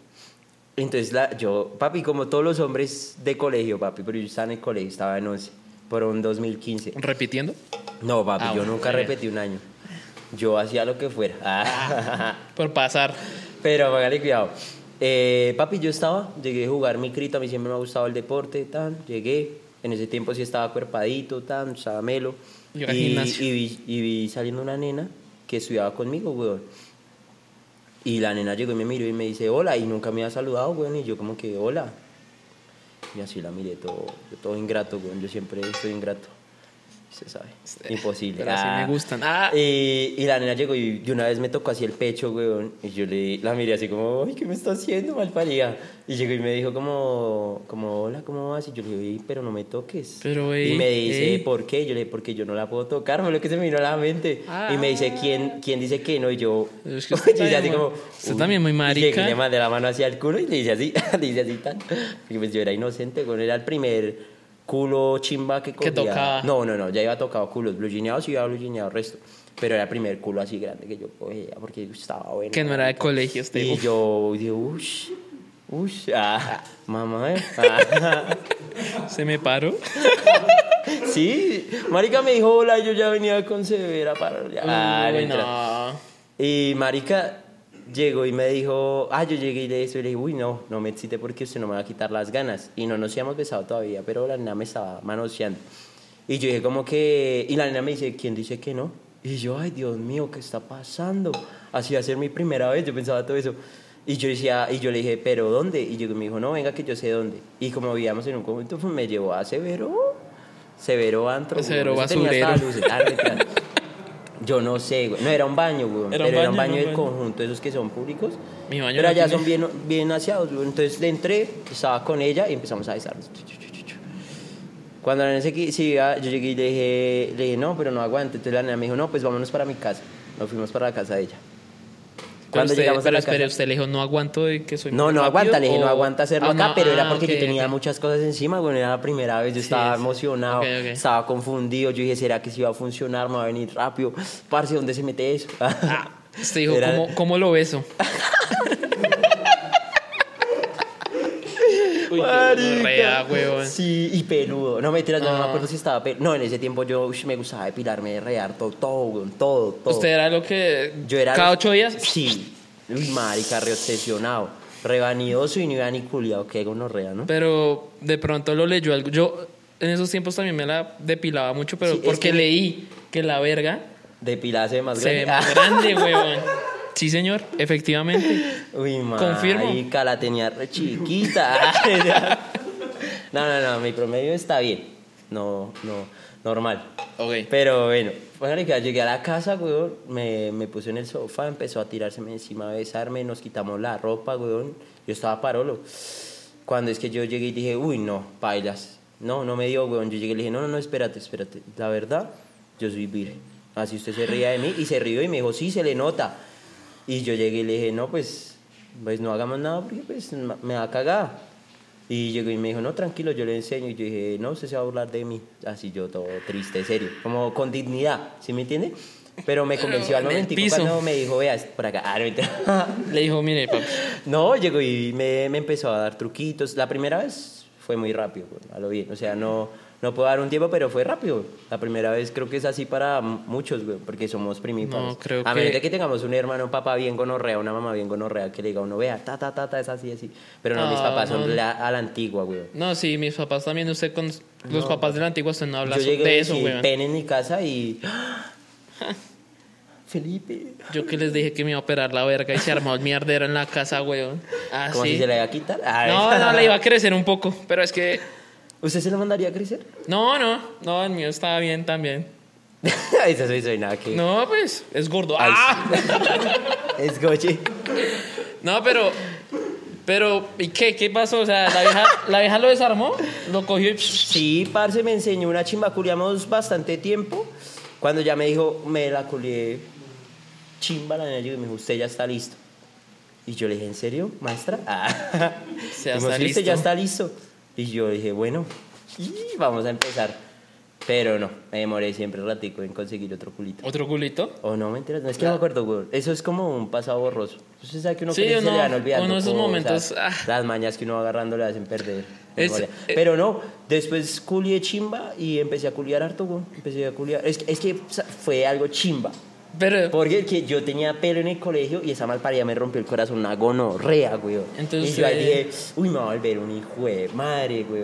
[SPEAKER 2] Entonces, la, yo, papi, como todos los hombres de colegio, papi, pero yo estaba en el colegio, estaba en 11, por un 2015.
[SPEAKER 1] Repitiendo.
[SPEAKER 2] No, papi,
[SPEAKER 1] Ah,
[SPEAKER 2] yo
[SPEAKER 1] bueno,
[SPEAKER 2] nunca
[SPEAKER 1] está bien.
[SPEAKER 2] repetí un año. Yo hacía lo que fuera.
[SPEAKER 1] Por pasar.
[SPEAKER 2] Pero póngale cuidado. Eh, papi, yo estaba, llegué a jugar mi crito, a mí siempre me ha gustado el deporte, tan, llegué. En ese tiempo sí estaba cuerpadito, tan, estaba melo.
[SPEAKER 1] Yo era
[SPEAKER 2] y,
[SPEAKER 1] gimnasio.
[SPEAKER 2] y vi, y vi saliendo una nena que estudiaba conmigo, weón. Y la nena llegó y me miró y me dice, hola, y nunca me había saludado, weón. Y yo como que, hola. Y así la miré, todo, yo todo ingrato, weón. Yo siempre soy ingrato. Se sabe. Imposible.
[SPEAKER 1] Este, Pero así me gustan. Ah.
[SPEAKER 2] Y, y la nena llegó y de una vez me tocó así el pecho, weón. Y yo le, la miré así como, ay, ¿qué me está haciendo, malparida? Y llegó y me dijo como, como hola, ¿cómo vas? Y yo le dije, "Ey, pero no me toques.
[SPEAKER 1] Pero,
[SPEAKER 2] y
[SPEAKER 1] ey,
[SPEAKER 2] me dice,
[SPEAKER 1] ey.
[SPEAKER 2] ¿por qué? Yo le dije, porque yo no la puedo tocar, fue lo que se me vino a la mente.
[SPEAKER 1] Ah.
[SPEAKER 2] Y me dice, ¿quién, quién dice que no? Y yo,
[SPEAKER 1] Es que usted
[SPEAKER 2] yo hice
[SPEAKER 1] también
[SPEAKER 2] así
[SPEAKER 1] muy-
[SPEAKER 2] como,
[SPEAKER 1] usted
[SPEAKER 2] "Uy".
[SPEAKER 1] también muy
[SPEAKER 2] Y
[SPEAKER 1] marica.
[SPEAKER 2] llegué y le mandé la mano hacia el culo y le hice así, le hice así tan. Porque pues yo era inocente, weón, era el primer culo chimba que
[SPEAKER 1] Que
[SPEAKER 2] cogía.
[SPEAKER 1] tocaba.
[SPEAKER 2] No, no, no, ya iba tocado culos. Blue jeaneado, sí iba blue jeaneado, resto. Pero era el primer culo así grande que yo cogía porque estaba bueno.
[SPEAKER 1] Que no era de colegio este.
[SPEAKER 2] Y
[SPEAKER 1] Uf.
[SPEAKER 2] yo dije, ush, ush, ah, mamá, eh. ah".
[SPEAKER 1] Se me paró.
[SPEAKER 2] Sí, Marica me dijo hola, y yo ya venía con severa para. Ah,
[SPEAKER 1] Uy,
[SPEAKER 2] no, entra.
[SPEAKER 1] no.
[SPEAKER 2] Y Marica llegó y me dijo, ah, yo llegué y le dije, y le dije, uy, no, no me excite porque usted no me va a quitar las ganas. Y no nos habíamos besado todavía, pero la nena me estaba manoseando. Y yo dije, como que. Y la nena me dice, ¿quién dice que no? Y yo, ay, Dios mío, ¿qué está pasando? Así va a ser mi primera vez, yo pensaba todo eso. Y yo, decía, y yo le dije, ¿pero dónde? Y yo, me dijo, no, venga, que yo sé dónde. Y como vivíamos en un conjunto, pues me llevó a Severo. Severo antro.
[SPEAKER 1] Severo
[SPEAKER 2] güey. Eso tenía
[SPEAKER 1] basurero.
[SPEAKER 2] hasta luces. Ah, no, mentira. Yo no sé, güey. No, era un baño, güey.
[SPEAKER 1] Era
[SPEAKER 2] pero
[SPEAKER 1] un
[SPEAKER 2] era un
[SPEAKER 1] baño,
[SPEAKER 2] baño
[SPEAKER 1] era
[SPEAKER 2] del
[SPEAKER 1] un baño.
[SPEAKER 2] conjunto, esos que son públicos.
[SPEAKER 1] Mi baño
[SPEAKER 2] pero
[SPEAKER 1] no
[SPEAKER 2] allá
[SPEAKER 1] tiene-
[SPEAKER 2] son bien, bien aseados, güey. Entonces le entré, estaba con ella y empezamos a besarnos. Chu, chu, chu, chu, chu. Cuando la nena se qui- se iba, yo llegué y le dije, le dije, no, pero no aguanto. Entonces la nena me dijo, no, pues vámonos para mi casa. Nos fuimos para la casa de ella.
[SPEAKER 1] Pero,
[SPEAKER 2] Cuando
[SPEAKER 1] usted,
[SPEAKER 2] llegamos a
[SPEAKER 1] pero
[SPEAKER 2] la
[SPEAKER 1] espere,
[SPEAKER 2] casa-
[SPEAKER 1] usted le dijo, no aguanto de que soy
[SPEAKER 2] no,
[SPEAKER 1] muy
[SPEAKER 2] no
[SPEAKER 1] rápido",
[SPEAKER 2] aguanta, le dije, no
[SPEAKER 1] o-
[SPEAKER 2] aguanta hacerlo
[SPEAKER 1] Ah,
[SPEAKER 2] acá,
[SPEAKER 1] no,
[SPEAKER 2] pero
[SPEAKER 1] ah,
[SPEAKER 2] era porque
[SPEAKER 1] ok,
[SPEAKER 2] yo tenía
[SPEAKER 1] ok.
[SPEAKER 2] muchas cosas encima, bueno, era la primera vez, yo estaba
[SPEAKER 1] sí.
[SPEAKER 2] emocionado,
[SPEAKER 1] Ok, ok.
[SPEAKER 2] estaba confundido, yo dije, ¿será que si va a funcionar? ¿Me va a venir rápido? Parce, ¿dónde se mete eso?
[SPEAKER 1] Ah, Usted dijo,
[SPEAKER 2] Era-
[SPEAKER 1] ¿cómo, ¿cómo lo beso? Uy, qué gonorrea, huevón.
[SPEAKER 2] Sí, y peludo. No, mentiras, no, no me
[SPEAKER 1] Ah.
[SPEAKER 2] acuerdo si estaba peludo. No, en ese tiempo yo ush, me gustaba depilarme, de rear todo, todo, weón, todo, todo.
[SPEAKER 1] Usted era lo que.
[SPEAKER 2] Yo era...
[SPEAKER 1] Cada ocho días.
[SPEAKER 2] Sí. Uy, marica, re obsesionado. Re vanidoso y no iba ni culiado, que gonorrea, ¿no?
[SPEAKER 1] Pero de pronto lo leyó algo. Yo en esos tiempos también me la depilaba mucho, pero
[SPEAKER 2] Sí, es
[SPEAKER 1] porque
[SPEAKER 2] que-
[SPEAKER 1] leí que la verga
[SPEAKER 2] Depilarse más
[SPEAKER 1] se ve más
[SPEAKER 2] grande.
[SPEAKER 1] grande, huevón. Sí, señor, efectivamente.
[SPEAKER 2] Uy,
[SPEAKER 1] Confirmo.
[SPEAKER 2] marica, la tenía re chiquita. no, no, no, mi promedio está bien. No, no, normal.
[SPEAKER 1] Ok.
[SPEAKER 2] Pero bueno, póngale que llegué a la casa, weón, me, me puse en el sofá, empezó a tirárseme encima, a besarme, nos quitamos la ropa, weón. Yo estaba parolo. Cuando es que yo llegué y dije, uy, no, bailas. No, no me dio, weón. Yo llegué y le dije, no, no, no, espérate, espérate. La verdad, yo soy virgen. Así usted se ría de mí y se rió y me dijo, sí, se le nota. Y yo llegué y le dije, no, pues, pues no hagamos nada porque pues ma- me va a cagar. Y llegó y me dijo, no, tranquilo, yo le enseño. Y yo dije, no, usted se va a burlar de mí. Así yo todo triste, serio, como con dignidad, ¿sí me entiende? Pero me convenció al
[SPEAKER 1] Del
[SPEAKER 2] momentico
[SPEAKER 1] piso.
[SPEAKER 2] cuando me dijo, vea, es por acá. Ah, no, mentira.
[SPEAKER 1] Le dijo, mire, papi.
[SPEAKER 2] No, llegó y me, me empezó a dar truquitos. La primera vez fue muy rápido, güey, a lo bien. O sea, no, no puedo dar un tiempo, pero fue rápido. La primera vez creo que es así para m- muchos, güey, porque somos primipas.
[SPEAKER 1] No, creo
[SPEAKER 2] a menos
[SPEAKER 1] que-
[SPEAKER 2] de que tengamos un hermano, papá bien gonorrea, una mamá bien gonorrea, que le diga a uno, vea, ta, ta, ta, ta, es así, así. Pero no, mis
[SPEAKER 1] Ah,
[SPEAKER 2] papás
[SPEAKER 1] no,
[SPEAKER 2] son
[SPEAKER 1] no.
[SPEAKER 2] la- a la antigua, güey.
[SPEAKER 1] No, sí, mis papás también. Usted con los
[SPEAKER 2] No.
[SPEAKER 1] papás de la antigua, usted no habla
[SPEAKER 2] Yo llegué
[SPEAKER 1] de eso,
[SPEAKER 2] y
[SPEAKER 1] weón.
[SPEAKER 2] pen en mi casa y... Felipe.
[SPEAKER 1] Yo que les dije que me iba a operar la verga y se armó el mierdero en la casa, weón. Ah,
[SPEAKER 2] Como
[SPEAKER 1] sí.
[SPEAKER 2] si se la iba a quitar. Ah,
[SPEAKER 1] No, no, le iba a crecer un poco. Pero es que.
[SPEAKER 2] ¿Usted se lo mandaría a crecer?
[SPEAKER 1] No, no, no, el mío estaba bien también.
[SPEAKER 2] Eso soy, soy nada que...
[SPEAKER 1] No, pues, es gordo.
[SPEAKER 2] Ay,
[SPEAKER 1] ¡Ah!
[SPEAKER 2] Es goche.
[SPEAKER 1] No, pero. Pero, ¿y qué? ¿Qué pasó? O sea, la vieja, la vieja lo desarmó, lo cogió y.
[SPEAKER 2] Sí, parce, me enseñó una chimba, culiamos bastante tiempo. Cuando ya me dijo, me la culié chimba la nena, y me dijo, usted ya está listo. Y yo le dije, ¿en serio, maestra? Ah.
[SPEAKER 1] Se ya
[SPEAKER 2] Dijimos,
[SPEAKER 1] está
[SPEAKER 2] "Sí, usted ya
[SPEAKER 1] listo".
[SPEAKER 2] está listo. Y yo dije, bueno, y vamos a empezar. Pero no, me demoré siempre un ratico en conseguir otro culito.
[SPEAKER 1] ¿Otro culito?
[SPEAKER 2] O no, mentira, no es que no me acuerdo, güey. Eso es como un pasado borroso. Pues Usted sabe que uno
[SPEAKER 1] Sí,
[SPEAKER 2] crece y se
[SPEAKER 1] uno-
[SPEAKER 2] le van olvidando
[SPEAKER 1] uno de esos
[SPEAKER 2] cosas,
[SPEAKER 1] momentos, ah.
[SPEAKER 2] Las mañas que uno va agarrando le hacen perder.
[SPEAKER 1] Es-
[SPEAKER 2] memoria.
[SPEAKER 1] eh.
[SPEAKER 2] Pero no, después culié chimba y empecé a culiar harto, güey. Empecé a culiar. Es, que- es que sa- fue algo chimba.
[SPEAKER 1] Pero.
[SPEAKER 2] Porque que yo tenía pelo en el colegio y esa malparida me rompió el corazón, una gonorrea, güey.
[SPEAKER 1] Entonces-
[SPEAKER 2] y yo ahí dije, uy, me va a volver un hijo de madre, güey.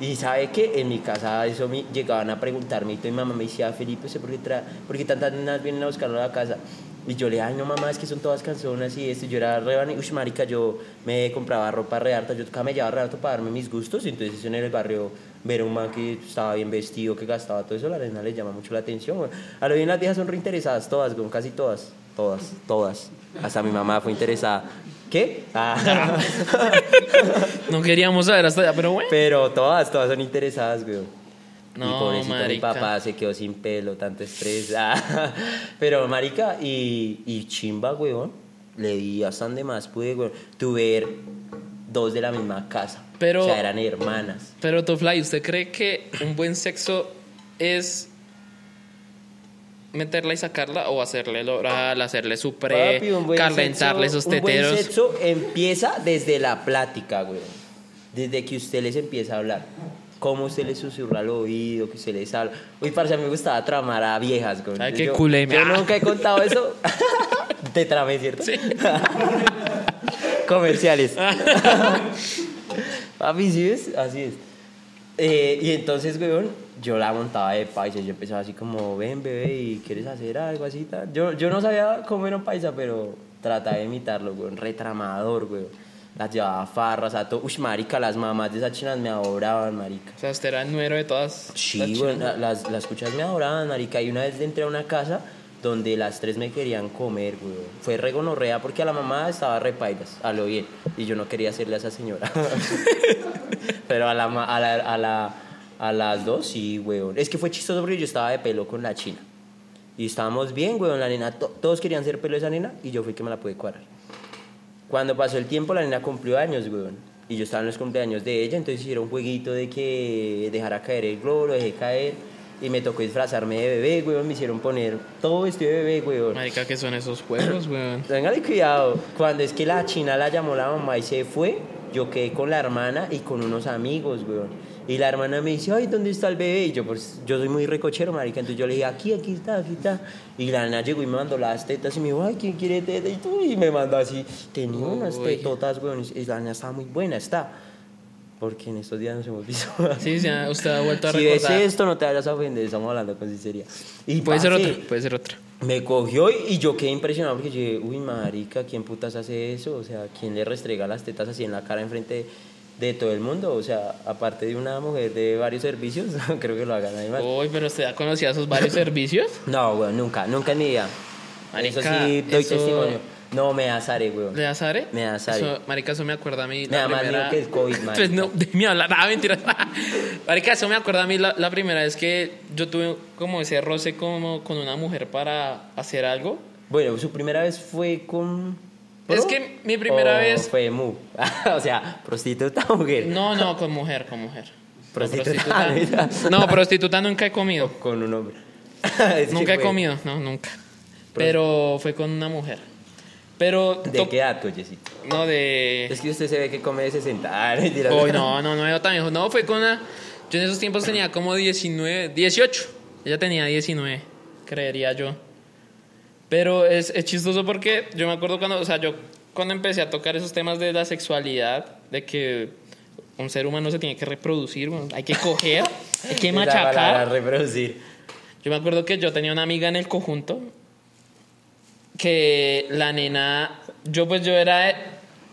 [SPEAKER 2] Y sabe que en mi casa eso me llegaban a preguntarme y mi mamá me decía, Felipe, ¿sé por qué, tra- por qué tantas nenas vienen a buscarlo a la casa? Y yo le dije, ay, no, mamá, es que son todas canciones y esto. Yo era re bani- uy, marica, yo me compraba ropa re harta, yo me llevaba re harto para darme mis gustos. Entonces en el barrio ver a un man que estaba bien vestido, que gastaba todo eso, la arena le llama mucho la atención. güey. A lo bien las viejas son re interesadas, todas, güey, casi todas, todas, todas. Hasta mi mamá fue interesada. ¿Qué? Ah.
[SPEAKER 1] No queríamos saber hasta allá, pero bueno.
[SPEAKER 2] Pero todas, todas son interesadas, güey.
[SPEAKER 1] No,
[SPEAKER 2] y pobrecito mi
[SPEAKER 1] marica.
[SPEAKER 2] papá se quedó sin pelo, tanto estrés. Ah, Pero, marica, y, y chimba, weón. Le di hasta donde más pude, weón. Tuve dos de la misma casa.
[SPEAKER 1] Pero-
[SPEAKER 2] O sea, eran hermanas.
[SPEAKER 1] Pero, Tofly, ¿usted cree que un buen sexo es meterla y sacarla o hacerle el oral, hacerle su pre,
[SPEAKER 2] Papi, un buen
[SPEAKER 1] calentarle
[SPEAKER 2] sexo-
[SPEAKER 1] esos
[SPEAKER 2] Un buen
[SPEAKER 1] teteros?
[SPEAKER 2] sexo empieza desde la plática, güey. Desde que usted les empieza a hablar. Cómo usted les susurra al oído, que usted les habla. Uy, parce, a mí me gustaba tramar a viejas, güey.
[SPEAKER 1] Ay, qué
[SPEAKER 2] Yo-
[SPEAKER 1] culé, me-
[SPEAKER 2] Yo
[SPEAKER 1] ah.
[SPEAKER 2] nunca he contado eso. Te tramé, ¿cierto?
[SPEAKER 1] Sí.
[SPEAKER 2] Comerciales. Papi, ¿sí es? Así es. Eh, y entonces, weón, yo la montaba de paisa. Yo empezaba así como, ven, bebé, ¿y quieres hacer algo así? tal?". Yo, yo no sabía cómo era un paisa, pero trataba de imitarlo, weón. Retramador, weón. Las llevaba farras, a todo. Uy, marica, las mamás de esas chinas me adoraban, marica.
[SPEAKER 1] O sea, usted era el número de todas. las
[SPEAKER 2] Sí,
[SPEAKER 1] chicas.
[SPEAKER 2] weón, la- las, las cuchas me adoraban, marica. Y una vez entré a una casa donde las tres me querían comer, weón. Fue regonorrea porque a la mamá estaba repaidas, a lo bien. Y yo no quería hacerle a esa señora. Pero a la, ma- a la, a la- a las dos, sí, weón. Es que fue chistoso porque yo estaba de pelo con la china. Y estábamos bien, weón. La nena, to- todos querían ser pelo de esa nena y yo fui el que me la pude cuadrar. Cuando pasó el tiempo, la nena cumplió años, weón. Y yo estaba en los cumpleaños de ella, entonces hicieron un jueguito de que dejara caer el globo, lo dejé caer. Y me tocó disfrazarme de bebé, weón. Me hicieron poner todo vestido de bebé, weón.
[SPEAKER 1] Marica, ¿qué son esos juegos, weón?
[SPEAKER 2] Téngale cuidado. Cuando es que la china la llamó la mamá y se fue, yo quedé con la hermana y con unos amigos, weón. Y la hermana me dice, ay, ¿dónde está el bebé? Y yo, pues, yo soy muy recochero, marica. Entonces yo le dije, aquí, aquí está, aquí está. Y la nana llegó y me mandó las tetas y me dijo, ay, ¿quién quiere tetas? Y, tú, y me mandó así. Tenía unas
[SPEAKER 1] Uy.
[SPEAKER 2] tetotas, weón. Y la nana estaba muy buena, está. Porque en estos días nos hemos visto.
[SPEAKER 1] Sí, sí, ah, usted ha vuelto a
[SPEAKER 2] Si ves
[SPEAKER 1] recordar.
[SPEAKER 2] esto, no te vayas a ofender, estamos hablando con sinceridad. Y
[SPEAKER 1] Puede ser
[SPEAKER 2] parce,
[SPEAKER 1] otra, puede ser otra.
[SPEAKER 2] me cogió y, y yo quedé impresionado porque yo dije, uy, marica, ¿quién putas hace eso? O sea, ¿quién le restrega las tetas así en la cara enfrente de todo el mundo? O sea, aparte de una mujer de varios servicios, no creo que lo haga nadie más.
[SPEAKER 1] Uy, pero usted ha conocido esos varios servicios.
[SPEAKER 2] No, weón, nunca, nunca en mi vida.
[SPEAKER 1] Marica,
[SPEAKER 2] eso sí, doy
[SPEAKER 1] eso-
[SPEAKER 2] testimonio. No, me azaré, weón.
[SPEAKER 1] ¿Le Azare?
[SPEAKER 2] Me da azare.
[SPEAKER 1] Eso, marica, eso me acuerda a mí.
[SPEAKER 2] Me da más miedo que el COVID, marica.
[SPEAKER 1] Pues no, de mí hablar. Ah, mentira. marica, eso me acuerda a mí la, la primera vez que yo tuve como ese roce como con una mujer para hacer algo.
[SPEAKER 2] Bueno, su primera vez fue con...
[SPEAKER 1] Es
[SPEAKER 2] ¿Pro?
[SPEAKER 1] que mi primera
[SPEAKER 2] ¿O
[SPEAKER 1] vez-
[SPEAKER 2] Fue mu. o sea, prostituta mujer.
[SPEAKER 1] No, no, con mujer, con mujer. No,
[SPEAKER 2] Prostituta.
[SPEAKER 1] prostituta. No, prostituta nunca he comido.
[SPEAKER 2] Con un hombre. Es que
[SPEAKER 1] Nunca he
[SPEAKER 2] fue-
[SPEAKER 1] comido, no, nunca. Pero fue con una mujer. Pero.
[SPEAKER 2] ¿De
[SPEAKER 1] to-
[SPEAKER 2] qué edad, Coyecito?
[SPEAKER 1] No, de.
[SPEAKER 2] Es que usted se ve que come de 60. Ah, mentira.
[SPEAKER 1] Uy, no, no, no, yo también. No, fue con una. Yo en esos tiempos tenía como 19, 18. Ella tenía 19, creería yo. Pero es, es chistoso porque yo me acuerdo cuando, o sea, yo cuando empecé a tocar esos temas de la sexualidad, de que un ser humano se tiene que reproducir, bueno, hay que coger, hay que
[SPEAKER 2] Es la palabra
[SPEAKER 1] machacar.
[SPEAKER 2] reproducir.
[SPEAKER 1] Yo me acuerdo que yo tenía una amiga en el conjunto que la nena, yo pues yo era de,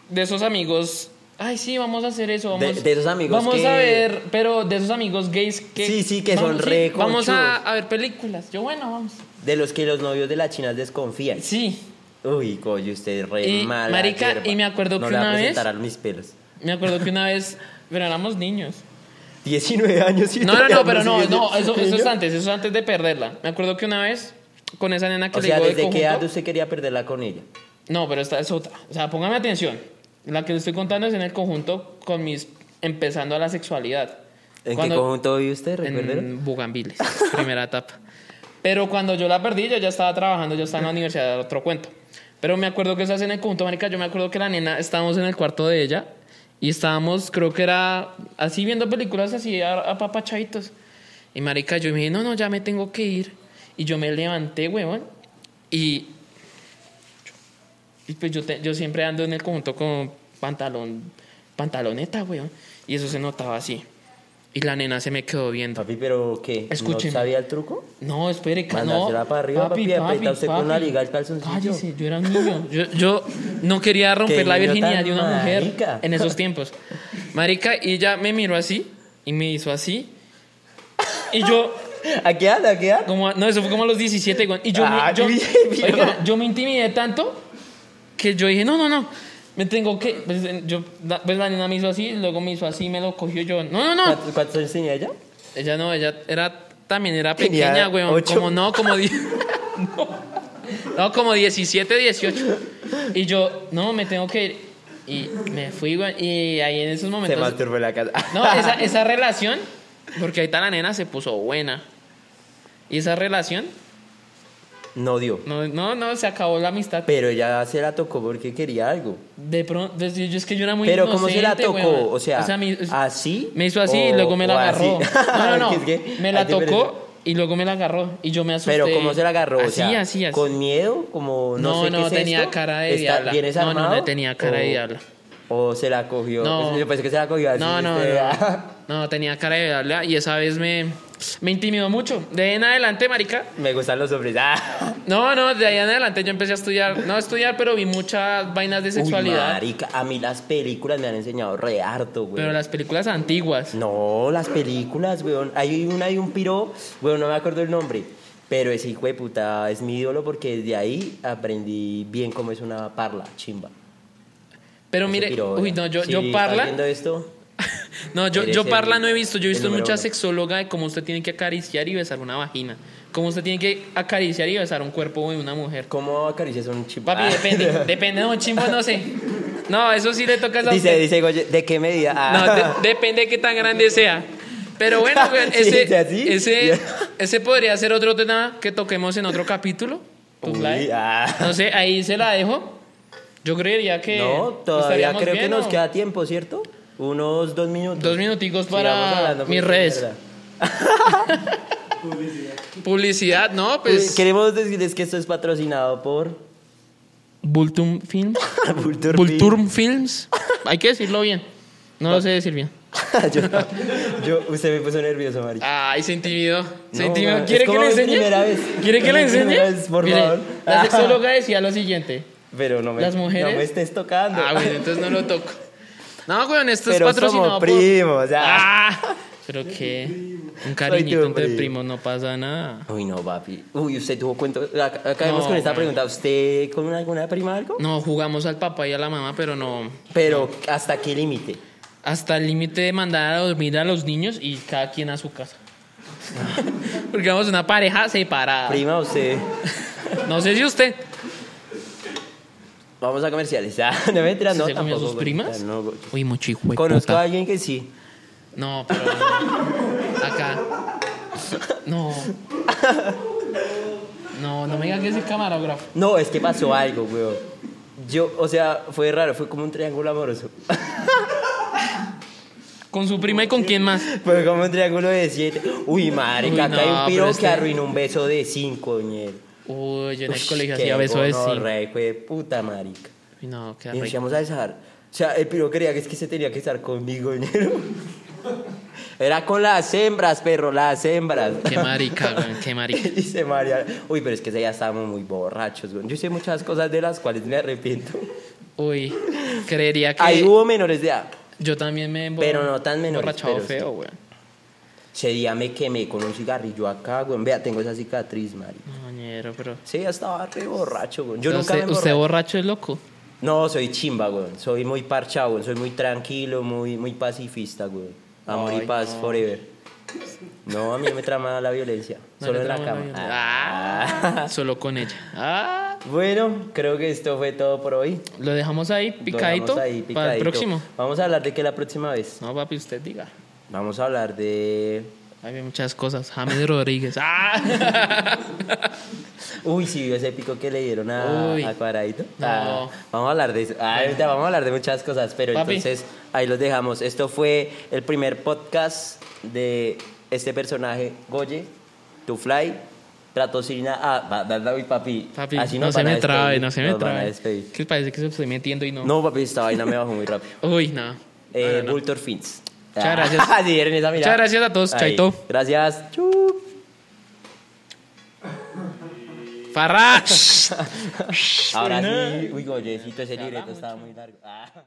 [SPEAKER 1] de esos amigos, ay sí, vamos a hacer eso, vamos,
[SPEAKER 2] De- de esos amigos
[SPEAKER 1] vamos
[SPEAKER 2] que-
[SPEAKER 1] a ver, pero de esos amigos gays que
[SPEAKER 2] Sí, sí, que son
[SPEAKER 1] vamos,
[SPEAKER 2] re
[SPEAKER 1] vamos a,
[SPEAKER 2] conchudos.
[SPEAKER 1] a ver películas. Yo bueno, vamos.
[SPEAKER 2] De los que los novios de las chinas desconfían.
[SPEAKER 1] Sí,
[SPEAKER 2] Uy, coño, usted es re
[SPEAKER 1] Y,
[SPEAKER 2] mala.
[SPEAKER 1] Eh, marica,
[SPEAKER 2] hierba.
[SPEAKER 1] y me acuerdo
[SPEAKER 2] no
[SPEAKER 1] que
[SPEAKER 2] le va
[SPEAKER 1] una
[SPEAKER 2] a
[SPEAKER 1] vez-
[SPEAKER 2] presentar a mis pelos.
[SPEAKER 1] me acuerdo que una vez, pero éramos niños.
[SPEAKER 2] 19 años y
[SPEAKER 1] No, no, no,
[SPEAKER 2] todavía
[SPEAKER 1] pero no,
[SPEAKER 2] sigue
[SPEAKER 1] no,
[SPEAKER 2] siendo
[SPEAKER 1] eso, eso es
[SPEAKER 2] niño.
[SPEAKER 1] antes, eso es antes de perderla. Me acuerdo que una vez con esa nena que
[SPEAKER 2] O
[SPEAKER 1] le
[SPEAKER 2] sea,
[SPEAKER 1] digo del
[SPEAKER 2] ¿desde qué
[SPEAKER 1] conjunto-
[SPEAKER 2] edad usted quería perderla con ella?
[SPEAKER 1] No, pero esta es otra. O sea, póngame atención. La que le estoy contando es en el conjunto con mis. empezando a la sexualidad.
[SPEAKER 2] ¿En
[SPEAKER 1] Cuando-
[SPEAKER 2] qué conjunto vive usted, recuérdelo?
[SPEAKER 1] En Bugambiles, primera etapa. Pero cuando yo la perdí, yo ya estaba trabajando, yo estaba en la universidad, era otro cuento. Pero me acuerdo que estás en el conjunto, marica. Yo me acuerdo que la nena, estábamos en el cuarto de ella y estábamos, creo que era así viendo películas así, a- apapachaditos. Y marica, yo me dije, no, no, ya me tengo que ir. Y yo me levanté, huevón, y y pues yo, te- yo siempre ando en el conjunto con pantalón, pantaloneta, weón. Y eso se notaba así. Y la nena se me quedó viendo.
[SPEAKER 2] Papi, ¿pero qué?
[SPEAKER 1] Escúcheme.
[SPEAKER 2] ¿No sabía el truco?
[SPEAKER 1] No, espere, que no.
[SPEAKER 2] Mándasela para arriba, papi, aprieta usted con la liga el calzoncillo.
[SPEAKER 1] Cállese, yo era un niño. Yo, yo no quería romper
[SPEAKER 2] Qué
[SPEAKER 1] la
[SPEAKER 2] niño
[SPEAKER 1] virginidad
[SPEAKER 2] tan
[SPEAKER 1] de una mujer
[SPEAKER 2] marica.
[SPEAKER 1] en esos tiempos. Marica, y ella me miró así y me hizo así. Y yo,
[SPEAKER 2] ¿A qué edad? ¿A qué edad?
[SPEAKER 1] como, no, eso fue como a los 17, güey. Y yo, me-
[SPEAKER 2] Ah,
[SPEAKER 1] yo,
[SPEAKER 2] bien, bien.
[SPEAKER 1] oiga, yo me intimidé tanto que yo dije, no, no, no, me tengo que. Pues, eh, yo, la- pues la nena me hizo así, luego me hizo así, me lo cogió yo. No, no, no.
[SPEAKER 2] ¿Cuántos cuántos años tenía ella?
[SPEAKER 1] Ella no, ella era, también era
[SPEAKER 2] Tenía
[SPEAKER 1] pequeña, güey.
[SPEAKER 2] ocho.
[SPEAKER 1] Como no, como. die- no. No, como 17, 18. Y yo, no, me tengo que ir. Y me fui, güey. Y ahí en esos
[SPEAKER 2] Se
[SPEAKER 1] momentos.
[SPEAKER 2] masturbó en la casa.
[SPEAKER 1] No, esa, esa relación, porque ahorita la nena se puso buena. Y esa relación,
[SPEAKER 2] No dio.
[SPEAKER 1] no, no, no, se acabó la amistad.
[SPEAKER 2] Pero ella se la tocó porque quería algo.
[SPEAKER 1] De pronto, pues, yo- yo es que yo era muy
[SPEAKER 2] Pero ¿cómo se la
[SPEAKER 1] inocente,
[SPEAKER 2] tocó?
[SPEAKER 1] weón.
[SPEAKER 2] O sea,
[SPEAKER 1] me,
[SPEAKER 2] ¿así?
[SPEAKER 1] me hizo así y
[SPEAKER 2] o-
[SPEAKER 1] luego me
[SPEAKER 2] o
[SPEAKER 1] la
[SPEAKER 2] así?
[SPEAKER 1] agarró. No, no, no.
[SPEAKER 2] Es que
[SPEAKER 1] me la
[SPEAKER 2] hay diferencia.
[SPEAKER 1] tocó y luego me la agarró. Y yo me asusté.
[SPEAKER 2] Pero ¿cómo se la agarró?
[SPEAKER 1] Así,
[SPEAKER 2] o sea,
[SPEAKER 1] así, así.
[SPEAKER 2] ¿Con miedo? Como, no,
[SPEAKER 1] No,
[SPEAKER 2] sé
[SPEAKER 1] no,
[SPEAKER 2] qué es
[SPEAKER 1] tenía
[SPEAKER 2] esto?
[SPEAKER 1] cara de
[SPEAKER 2] ¿Está-
[SPEAKER 1] diabla.
[SPEAKER 2] ¿Vienes
[SPEAKER 1] No, no, no
[SPEAKER 2] armado?
[SPEAKER 1] tenía cara de diabla.
[SPEAKER 2] ¿O se la cogió?
[SPEAKER 1] No.
[SPEAKER 2] Pues, Yo pensé que se la cogió así.
[SPEAKER 1] No, no,
[SPEAKER 2] este,
[SPEAKER 1] no. No, tenía cara de hablar y esa vez me, me intimidó mucho. De ahí en adelante, marica,
[SPEAKER 2] Me gustan los hombres. Ah.
[SPEAKER 1] No, no, de ahí en adelante yo empecé a estudiar, no a estudiar, pero vi muchas vainas de
[SPEAKER 2] Uy,
[SPEAKER 1] sexualidad.
[SPEAKER 2] marica, a mí las películas me han enseñado re harto, güey.
[SPEAKER 1] pero las películas antiguas.
[SPEAKER 2] No, las películas, weón. Hay una y un piro, weón, no me acuerdo el nombre. Pero ese hijo de puta es mi ídolo porque desde ahí aprendí bien cómo es una parla, chimba.
[SPEAKER 1] Pero
[SPEAKER 2] Ese
[SPEAKER 1] mire,
[SPEAKER 2] piro,
[SPEAKER 1] uy,
[SPEAKER 2] weón.
[SPEAKER 1] no, yo,
[SPEAKER 2] Si
[SPEAKER 1] yo
[SPEAKER 2] estás viendo
[SPEAKER 1] parla.
[SPEAKER 2] esto?
[SPEAKER 1] No, yo,
[SPEAKER 2] eres
[SPEAKER 1] yo
[SPEAKER 2] el-
[SPEAKER 1] parla no he visto. Yo he
[SPEAKER 2] el
[SPEAKER 1] visto
[SPEAKER 2] número
[SPEAKER 1] mucha
[SPEAKER 2] uno.
[SPEAKER 1] sexóloga de cómo usted tiene que acariciar y besar una vagina. Cómo usted tiene que acariciar y besar un cuerpo de una mujer.
[SPEAKER 2] ¿Cómo acaricias un chimba?
[SPEAKER 1] Papi, depende, depende. No, chimbo, no sé. No, eso sí le toca a
[SPEAKER 2] Dice,
[SPEAKER 1] usted.
[SPEAKER 2] dice, Goye, ¿de qué medida?
[SPEAKER 1] No,
[SPEAKER 2] Ah.
[SPEAKER 1] de- depende de qué tan grande sea. Pero bueno, weón,
[SPEAKER 2] Sí,
[SPEAKER 1] ese,
[SPEAKER 2] sí, así.
[SPEAKER 1] ese,
[SPEAKER 2] Ya.
[SPEAKER 1] ese podría ser otro tema que toquemos en otro capítulo. ¿Tú,
[SPEAKER 2] Uy,
[SPEAKER 1] Fly?
[SPEAKER 2] ah.
[SPEAKER 1] No sé, ahí se la dejo. Yo creería que.
[SPEAKER 2] No, todavía
[SPEAKER 1] estaríamos
[SPEAKER 2] creo que
[SPEAKER 1] bien,
[SPEAKER 2] nos
[SPEAKER 1] ¿o?
[SPEAKER 2] queda tiempo, ¿cierto? Unos dos minutos.
[SPEAKER 1] Dos minuticos
[SPEAKER 2] Sigamos
[SPEAKER 1] para
[SPEAKER 2] hablando, pues,
[SPEAKER 1] mis
[SPEAKER 2] porque
[SPEAKER 1] redes.
[SPEAKER 2] mierda.
[SPEAKER 1] Publicidad, ¿no? Pues.
[SPEAKER 2] Queremos decirles que esto es patrocinado por
[SPEAKER 1] Bultum Films.
[SPEAKER 2] Vulture
[SPEAKER 1] Bultum Films. Hay que decirlo bien. No lo sé decir bien.
[SPEAKER 2] yo, yo- usted me puso nervioso, Mari.
[SPEAKER 1] Ay, se intimidó. Se
[SPEAKER 2] No,
[SPEAKER 1] intimidó.
[SPEAKER 2] man,
[SPEAKER 1] ¿Quiere
[SPEAKER 2] es
[SPEAKER 1] que
[SPEAKER 2] como
[SPEAKER 1] le
[SPEAKER 2] mi
[SPEAKER 1] enseñe?
[SPEAKER 2] primera vez.
[SPEAKER 1] ¿Quiere que
[SPEAKER 2] Es
[SPEAKER 1] le
[SPEAKER 2] mi
[SPEAKER 1] enseñe?
[SPEAKER 2] primera vez, por
[SPEAKER 1] Mire,
[SPEAKER 2] favor.
[SPEAKER 1] La sexóloga decía lo siguiente.
[SPEAKER 2] Pero no me,
[SPEAKER 1] Las mujeres.
[SPEAKER 2] no me estés tocando.
[SPEAKER 1] Ah, güey, entonces no lo toco. No, güey, esto
[SPEAKER 2] Pero
[SPEAKER 1] es patrocinado
[SPEAKER 2] somos
[SPEAKER 1] por-
[SPEAKER 2] primos, ah.
[SPEAKER 1] Ah, pero qué. Un
[SPEAKER 2] Soy
[SPEAKER 1] cariñito
[SPEAKER 2] tu
[SPEAKER 1] entre
[SPEAKER 2] primo.
[SPEAKER 1] primos no pasa nada.
[SPEAKER 2] Uy, no, papi. Uy, usted tuvo cuento. Ac- Acabemos
[SPEAKER 1] No,
[SPEAKER 2] con esta
[SPEAKER 1] man.
[SPEAKER 2] pregunta. ¿Usted con una- alguna prima algo?
[SPEAKER 1] No, jugamos al papá y a la mamá, pero no.
[SPEAKER 2] Pero, ¿hasta qué límite?
[SPEAKER 1] Hasta el límite de mandar a dormir a los niños y cada quien a su casa. Porque vamos una pareja separada.
[SPEAKER 2] Prima, usted.
[SPEAKER 1] No sé si usted.
[SPEAKER 2] Vamos a comerciales. Ah, no me enteras, no.
[SPEAKER 1] ¿Se comió
[SPEAKER 2] tampoco,
[SPEAKER 1] sus primas?
[SPEAKER 2] no, go-
[SPEAKER 1] Uy, mucho hijo de
[SPEAKER 2] Conozco a
[SPEAKER 1] puta.
[SPEAKER 2] alguien que sí.
[SPEAKER 1] No, pero. no. Acá. No. No, no me digas que es el camarógrafo.
[SPEAKER 2] No, es que pasó algo, weón. Yo, o sea, fue raro, fue como un triángulo amoroso.
[SPEAKER 1] Con su prima y con quién más.
[SPEAKER 2] Fue como un triángulo de siete. Uy, madre,
[SPEAKER 1] Uy,
[SPEAKER 2] acá hay
[SPEAKER 1] no,
[SPEAKER 2] un piro
[SPEAKER 1] pero
[SPEAKER 2] que
[SPEAKER 1] es que-
[SPEAKER 2] arruinó un beso de cinco, ñero.
[SPEAKER 1] Uy, yo en el
[SPEAKER 2] Ush,
[SPEAKER 1] colegio
[SPEAKER 2] qué
[SPEAKER 1] hacía beso de sí.
[SPEAKER 2] gonorrea, hijo de puta, marica.
[SPEAKER 1] Uy, No, qué
[SPEAKER 2] Y nos
[SPEAKER 1] rico.
[SPEAKER 2] íbamos a besar. O sea, el piro creía que es que se tenía que estar conmigo, ñero. Era con las hembras, perro, las hembras.
[SPEAKER 1] Qué marica, güey, qué marica.
[SPEAKER 2] Y se marearon. Uy, pero es que ese día estábamos muy borrachos, güey. Yo hice muchas cosas de las cuales me arrepiento.
[SPEAKER 1] Uy, creería que.
[SPEAKER 2] Ahí hubo menores de edad.
[SPEAKER 1] Yo también me.
[SPEAKER 2] uh. Pero no tan menores,
[SPEAKER 1] Borrachado
[SPEAKER 2] pero sí.
[SPEAKER 1] feo, güey.
[SPEAKER 2] Ese día me quemé con un cigarrillo acá, güey. Vea, tengo esa cicatriz, Mari.
[SPEAKER 1] No, ñero, pero.
[SPEAKER 2] Sí, ya estaba re borracho, güey. Yo
[SPEAKER 1] Pero
[SPEAKER 2] nunca
[SPEAKER 1] usted,
[SPEAKER 2] me
[SPEAKER 1] usted
[SPEAKER 2] emborracho.
[SPEAKER 1] borracho es loco.
[SPEAKER 2] No, soy chimba, güey. Soy muy parchado, güey. Soy muy tranquilo, muy, muy pacifista, güey. Amor
[SPEAKER 1] Ay,
[SPEAKER 2] y paz
[SPEAKER 1] no.
[SPEAKER 2] forever. No, a mí no me trama la violencia.
[SPEAKER 1] No
[SPEAKER 2] Solo
[SPEAKER 1] le
[SPEAKER 2] en la
[SPEAKER 1] trama
[SPEAKER 2] cama.
[SPEAKER 1] violencia.
[SPEAKER 2] Ah.
[SPEAKER 1] Solo con ella. Ah.
[SPEAKER 2] Bueno, creo que esto fue todo por hoy.
[SPEAKER 1] Lo dejamos ahí
[SPEAKER 2] Lo
[SPEAKER 1] picadito.
[SPEAKER 2] dejamos
[SPEAKER 1] Para
[SPEAKER 2] ahí,
[SPEAKER 1] el
[SPEAKER 2] picadito.
[SPEAKER 1] próximo.
[SPEAKER 2] Vamos a hablar de qué la próxima vez.
[SPEAKER 1] No, papi, usted diga.
[SPEAKER 2] Vamos a hablar de.
[SPEAKER 1] Hay muchas cosas. James Rodríguez. Ah.
[SPEAKER 2] Uy, sí, vio ese pico que le dieron a,
[SPEAKER 1] Uy.
[SPEAKER 2] a Cuadradito.
[SPEAKER 1] No.
[SPEAKER 2] Ah, vamos a hablar de eso. Ah, ahorita vamos a hablar de muchas cosas, pero
[SPEAKER 1] Papi.
[SPEAKER 2] entonces ahí los dejamos. Esto fue el primer podcast de este personaje, Goye, To Fly, Tratosirina. Ah, va- va- va- uy, papi.
[SPEAKER 1] Papi,
[SPEAKER 2] Así
[SPEAKER 1] no
[SPEAKER 2] nos
[SPEAKER 1] se
[SPEAKER 2] van a
[SPEAKER 1] me trabe,
[SPEAKER 2] despedir,
[SPEAKER 1] no se me
[SPEAKER 2] nos van a
[SPEAKER 1] trabe.
[SPEAKER 2] despedir.
[SPEAKER 1] Que parece que se estoy metiendo y no.
[SPEAKER 2] No, papi, esta vaina me bajó muy rápido.
[SPEAKER 1] Uy, nada.
[SPEAKER 2] Eh, Vulture Fins.
[SPEAKER 1] Muchas gracias.
[SPEAKER 2] Sí, vieron esa mirada.
[SPEAKER 1] Muchas gracias a todos,
[SPEAKER 2] Ahí.
[SPEAKER 1] chaito.
[SPEAKER 2] Gracias. Chup.
[SPEAKER 1] Farrash.
[SPEAKER 2] Ahora sí, uy, Goyecito, ese libreto estaba muy largo. Ah.